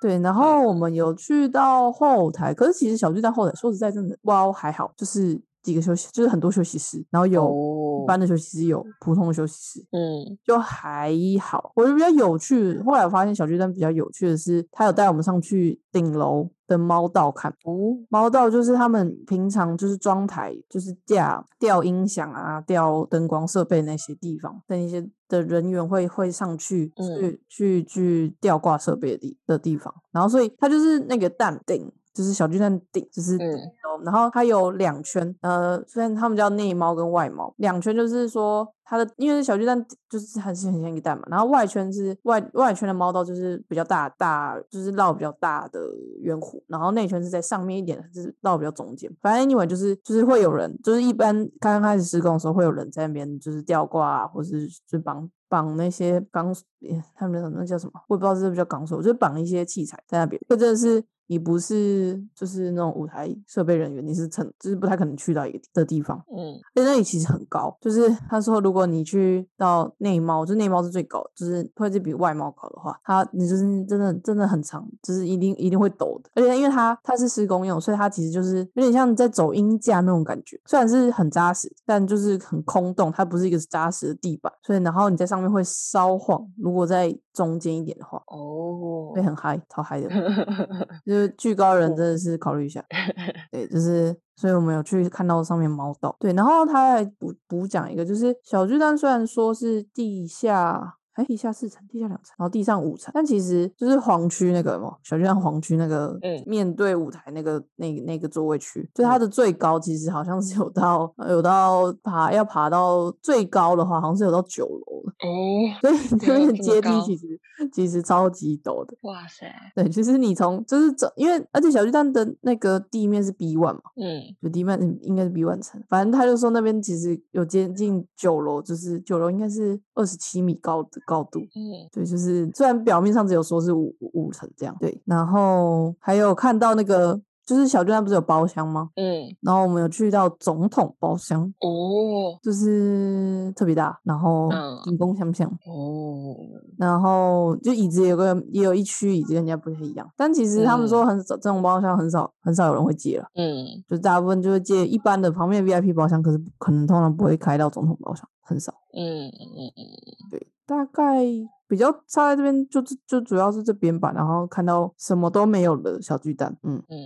[SPEAKER 1] 对，
[SPEAKER 2] 嗯
[SPEAKER 1] 然后我们有去到后台，可是其实小巨蛋后台说实在真的哇哦还好，就是几个休息，就是很多休息室，然后有。一
[SPEAKER 2] 哦，
[SPEAKER 1] 般的休息室有普通的休息室，
[SPEAKER 2] 嗯
[SPEAKER 1] 就还好。我觉得比较有趣，后来我发现小巨蛋比较有趣的是，他有带我们上去顶楼的猫道看。
[SPEAKER 2] 哦，
[SPEAKER 1] 猫道就是他们平常就是装台，就是架吊音响啊、吊灯光设备那些地方的那些的人员会会上去去、
[SPEAKER 2] 嗯
[SPEAKER 1] 去去吊挂设备的地的地方，然后所以它就是那个蛋顶，就是小巨蛋顶，就是顶
[SPEAKER 2] 嗯
[SPEAKER 1] 哦，然后它有两圈，呃，虽然他们叫内猫跟外猫，两圈就是说它的，因为是小巨蛋就是很是很像一个蛋嘛，然后外圈是外外圈的猫道就是比较大大，就是绕比较大的圆弧，然后内圈是在上面一点，就是绕比较中间。反正 anyway 就是就是会有人，就是一般刚开始施工的时候会有人在那边就是吊挂、啊，或是就绑绑那些钢索，诶他们那种那叫什么？我也不知道这是不是叫钢索，就是绑一些器材在那边。这真的是你不是就是那种舞台设备人员，你是成就是不太可能去到一个地的地方。
[SPEAKER 2] 嗯
[SPEAKER 1] 而且那里其实很高，就是他说，如果你去到内猫，就内猫是最高，就是会是比外猫高的话，它你就是真的真的很长，就是一定一定会抖的。而且因为它它是施工用，所以它其实就是有点像在走鹰架那种感觉，虽然是很扎实，但就是很空洞，它不是一个扎实的地板，所以然后你在上面会稍晃，如果在中间一点的话，
[SPEAKER 2] 哦
[SPEAKER 1] 会，很嗨，超嗨的。就是巨高人真的是考虑一 下，对，就是所以我们有去看到上面猫岛，对，然后他还补补讲一个，就是小巨蛋虽然说是地下。哎，地下四层、地下两层，然后地上五层，但其实就是黄区那个嘛，小巨蛋黄区那个，
[SPEAKER 2] 嗯
[SPEAKER 1] 面对舞台那个那那个座位区，就它的最高其实好像是有到呃有到爬要爬到最高的话，好像是有到九楼的，
[SPEAKER 2] 哦，
[SPEAKER 1] 所以你这
[SPEAKER 2] 原来
[SPEAKER 1] 边的
[SPEAKER 2] 这
[SPEAKER 1] 阶
[SPEAKER 2] 么
[SPEAKER 1] 梯
[SPEAKER 2] 高
[SPEAKER 1] 其实其实超级陡的，
[SPEAKER 2] 哇塞，
[SPEAKER 1] 对，就是你从就是走，因为而且小巨蛋的那个地面是 B one 嘛，
[SPEAKER 2] 嗯
[SPEAKER 1] 就地面嗯应该是 B one 层，反正他就说那边其实有接近九楼，就是九楼应该是二十七米高的高度。
[SPEAKER 2] 嗯
[SPEAKER 1] 对，就是虽然表面上只有说是五五五层这样，对，然后还有看到那个就是小巨蛋不是有包厢吗？
[SPEAKER 2] 嗯，
[SPEAKER 1] 然后我们有去到总统包厢，
[SPEAKER 2] 哦
[SPEAKER 1] 就是特别大，然后
[SPEAKER 2] 嗯
[SPEAKER 1] 金光相向，
[SPEAKER 2] 哦，
[SPEAKER 1] 然后就椅子有个也有一区椅子跟人家不太一样，但其实他们说很少、这种包厢很少很少有人会借了，
[SPEAKER 2] 嗯
[SPEAKER 1] 就大部分就会借一般的旁边的 VIP 包厢，可是可能通常不会开到总统包厢。很少。
[SPEAKER 2] 嗯嗯嗯，
[SPEAKER 1] 对，大概比较差在这边，就就主要是这边吧。然后看到什么都没有的小巨蛋，嗯，
[SPEAKER 2] 嗯，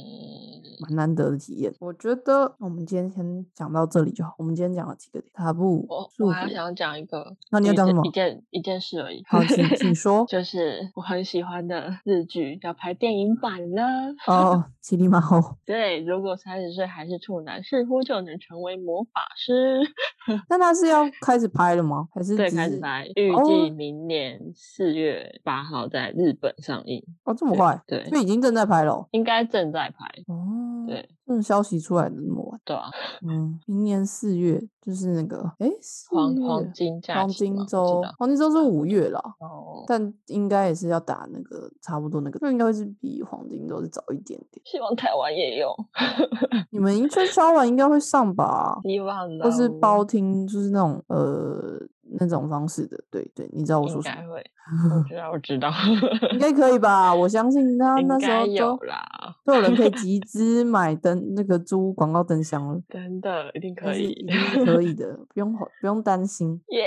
[SPEAKER 1] 蛮难得的体验。我觉得我们今天先讲到这里就好。我们今天讲了几个点，塔布
[SPEAKER 2] 我、
[SPEAKER 1] 束
[SPEAKER 2] 我还
[SPEAKER 1] 缚。
[SPEAKER 2] 想讲一个，
[SPEAKER 1] 那哦你要
[SPEAKER 2] 一
[SPEAKER 1] 讲
[SPEAKER 2] 件
[SPEAKER 1] 什么
[SPEAKER 2] 一件一件事而已。
[SPEAKER 1] 好，请请说。
[SPEAKER 2] 就是我很喜欢的日剧要拍电影版了。
[SPEAKER 1] 哦，乞力马后。
[SPEAKER 2] 对，如果三十岁还是处男，似乎就能成为魔法师。
[SPEAKER 1] 那他是要开始拍了吗？还是
[SPEAKER 2] 对，
[SPEAKER 1] 只
[SPEAKER 2] 开始
[SPEAKER 1] 是
[SPEAKER 2] 拍，预计明年四月八号在日本上映。
[SPEAKER 1] 哦，这么快？
[SPEAKER 2] 对
[SPEAKER 1] 所以已经正在拍了哦。
[SPEAKER 2] 应该正在拍。
[SPEAKER 1] 哦，
[SPEAKER 2] 对，
[SPEAKER 1] 这种消息出来的那么晚，
[SPEAKER 2] 对啊，
[SPEAKER 1] 嗯，明年四月就是那个，哎，四
[SPEAKER 2] 黄
[SPEAKER 1] 月
[SPEAKER 2] 黄金假期
[SPEAKER 1] 黄
[SPEAKER 2] 嘛
[SPEAKER 1] 金
[SPEAKER 2] 我知
[SPEAKER 1] 周
[SPEAKER 2] 道，
[SPEAKER 1] 黄金周是五月啦，
[SPEAKER 2] 哦，
[SPEAKER 1] 但应该也是要打那个差不多那个，就应该会是比黄金周是早一点 点。
[SPEAKER 2] 希望台湾也有，
[SPEAKER 1] 你们应该刷完应该会上吧？
[SPEAKER 2] 希望
[SPEAKER 1] 或是
[SPEAKER 2] 咯
[SPEAKER 1] 包听，就是那种呃那种方式的，对对，你知道我
[SPEAKER 2] 应
[SPEAKER 1] 说什么
[SPEAKER 2] 该？会， 我知道，我知道，
[SPEAKER 1] 应该可以吧？我相信他
[SPEAKER 2] 应
[SPEAKER 1] 啊那时
[SPEAKER 2] 该
[SPEAKER 1] 候
[SPEAKER 2] 有
[SPEAKER 1] 都
[SPEAKER 2] 啦，
[SPEAKER 1] 都有人 可以集资买灯那个租广告灯箱了，
[SPEAKER 2] 真的一定
[SPEAKER 1] 但
[SPEAKER 2] 可
[SPEAKER 1] 是
[SPEAKER 2] 以
[SPEAKER 1] 一，定 是可以的，不用好不用担心。
[SPEAKER 2] 耶！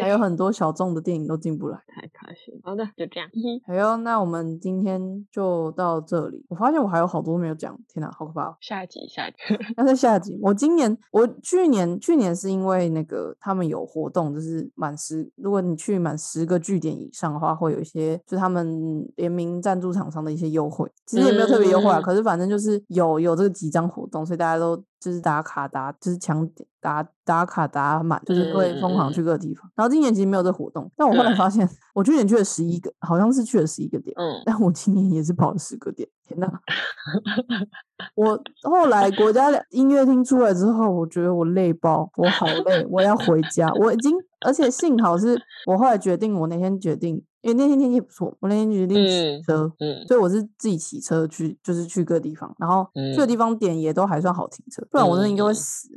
[SPEAKER 1] 还有很多小众的电影都进不来。
[SPEAKER 2] 太开心，好的，就这样，嘿嘿
[SPEAKER 1] 哎呦，那我们今天就到这里。我发现我还有好多没有讲，天哪，好可怕、哦！
[SPEAKER 2] 下一集，下一集，
[SPEAKER 1] 那在下集，我今年我去年去年是因为那个他们有活动，就是满十，如果你去满十个据点以上的话，会有一些就他们联名赞助厂商的一些优惠，其实也没有特别优惠啊，
[SPEAKER 2] 嗯
[SPEAKER 1] 可是反正就是有有这个几张活动，所以大家都就是打卡打就是抢点打打卡打满，就是会疯
[SPEAKER 2] 嗯嗯嗯
[SPEAKER 1] 狂去各个地方。然后今年其实没有这个活动，但我后来
[SPEAKER 2] 对
[SPEAKER 1] 发现，我去年去了十一个，好像是去了十一个点，
[SPEAKER 2] 嗯，
[SPEAKER 1] 但我今年也是跑了十个点，天呐！ 我后来国家的音乐厅出来之后，我觉得我累爆，我好累，我要回家。我已经，而且幸好是我后来决定，我那天决定，因为那天天气不错，我那天决定骑
[SPEAKER 2] 嗯
[SPEAKER 1] 车，
[SPEAKER 2] 嗯
[SPEAKER 1] 所以我是自己骑车去，就是去各地方，然后去的地方点也都还算好停车，不然我真的应该
[SPEAKER 2] 嗯
[SPEAKER 1] 会
[SPEAKER 2] 嗯
[SPEAKER 1] 死。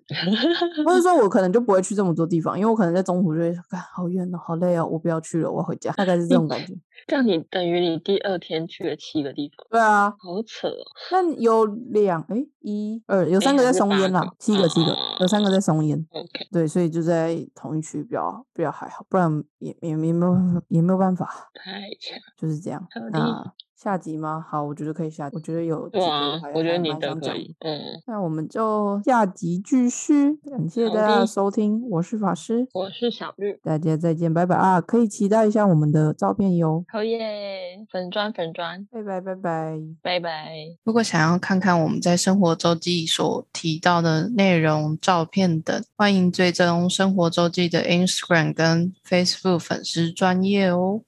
[SPEAKER 1] 或者说我可能就不会去这么多地方，因为我可能在中途就会说，哎，好远哦，好累哦，我不要去了，我要回家，大概
[SPEAKER 2] 嗯
[SPEAKER 1] 是这种感觉。
[SPEAKER 2] 这样你等于你第二天去了七个地方，
[SPEAKER 1] 对啊，
[SPEAKER 2] 好扯哦，
[SPEAKER 1] 那有两哎一二有
[SPEAKER 2] 诶
[SPEAKER 1] 三个
[SPEAKER 2] 还
[SPEAKER 1] 在
[SPEAKER 2] 是
[SPEAKER 1] 松
[SPEAKER 2] 八
[SPEAKER 1] 烟啦
[SPEAKER 2] 个，嗯
[SPEAKER 1] 七个七个有三个在松烟，
[SPEAKER 2] ，OK，
[SPEAKER 1] 对，所以就在同一区比较比较还好，不然也也也没有办法也没有办法，
[SPEAKER 2] 太强，
[SPEAKER 1] 就是这样
[SPEAKER 2] 好的。
[SPEAKER 1] 那下集吗？好，我觉得可以下，我觉得有几
[SPEAKER 2] 对
[SPEAKER 1] 个
[SPEAKER 2] 啊
[SPEAKER 1] 还，
[SPEAKER 2] 我觉
[SPEAKER 1] 还
[SPEAKER 2] 得你
[SPEAKER 1] 蛮
[SPEAKER 2] 的
[SPEAKER 1] 想
[SPEAKER 2] 可
[SPEAKER 1] 讲。
[SPEAKER 2] 以，嗯，
[SPEAKER 1] 那我们就下集继续，感谢
[SPEAKER 2] 好
[SPEAKER 1] 大家的
[SPEAKER 2] 的
[SPEAKER 1] 收听，我是法师，
[SPEAKER 2] 我是小绿，
[SPEAKER 1] 大家再见，拜拜啊！可以期待一下我们的照片哟，
[SPEAKER 2] 好耶，粉砖粉砖，
[SPEAKER 1] 拜拜拜拜。
[SPEAKER 2] 拜拜。
[SPEAKER 3] 如果想要看看我们在生活周记所提到的内容、照片等，欢迎追踪生活周记的 Instagram 跟 Facebook 粉丝专业哦。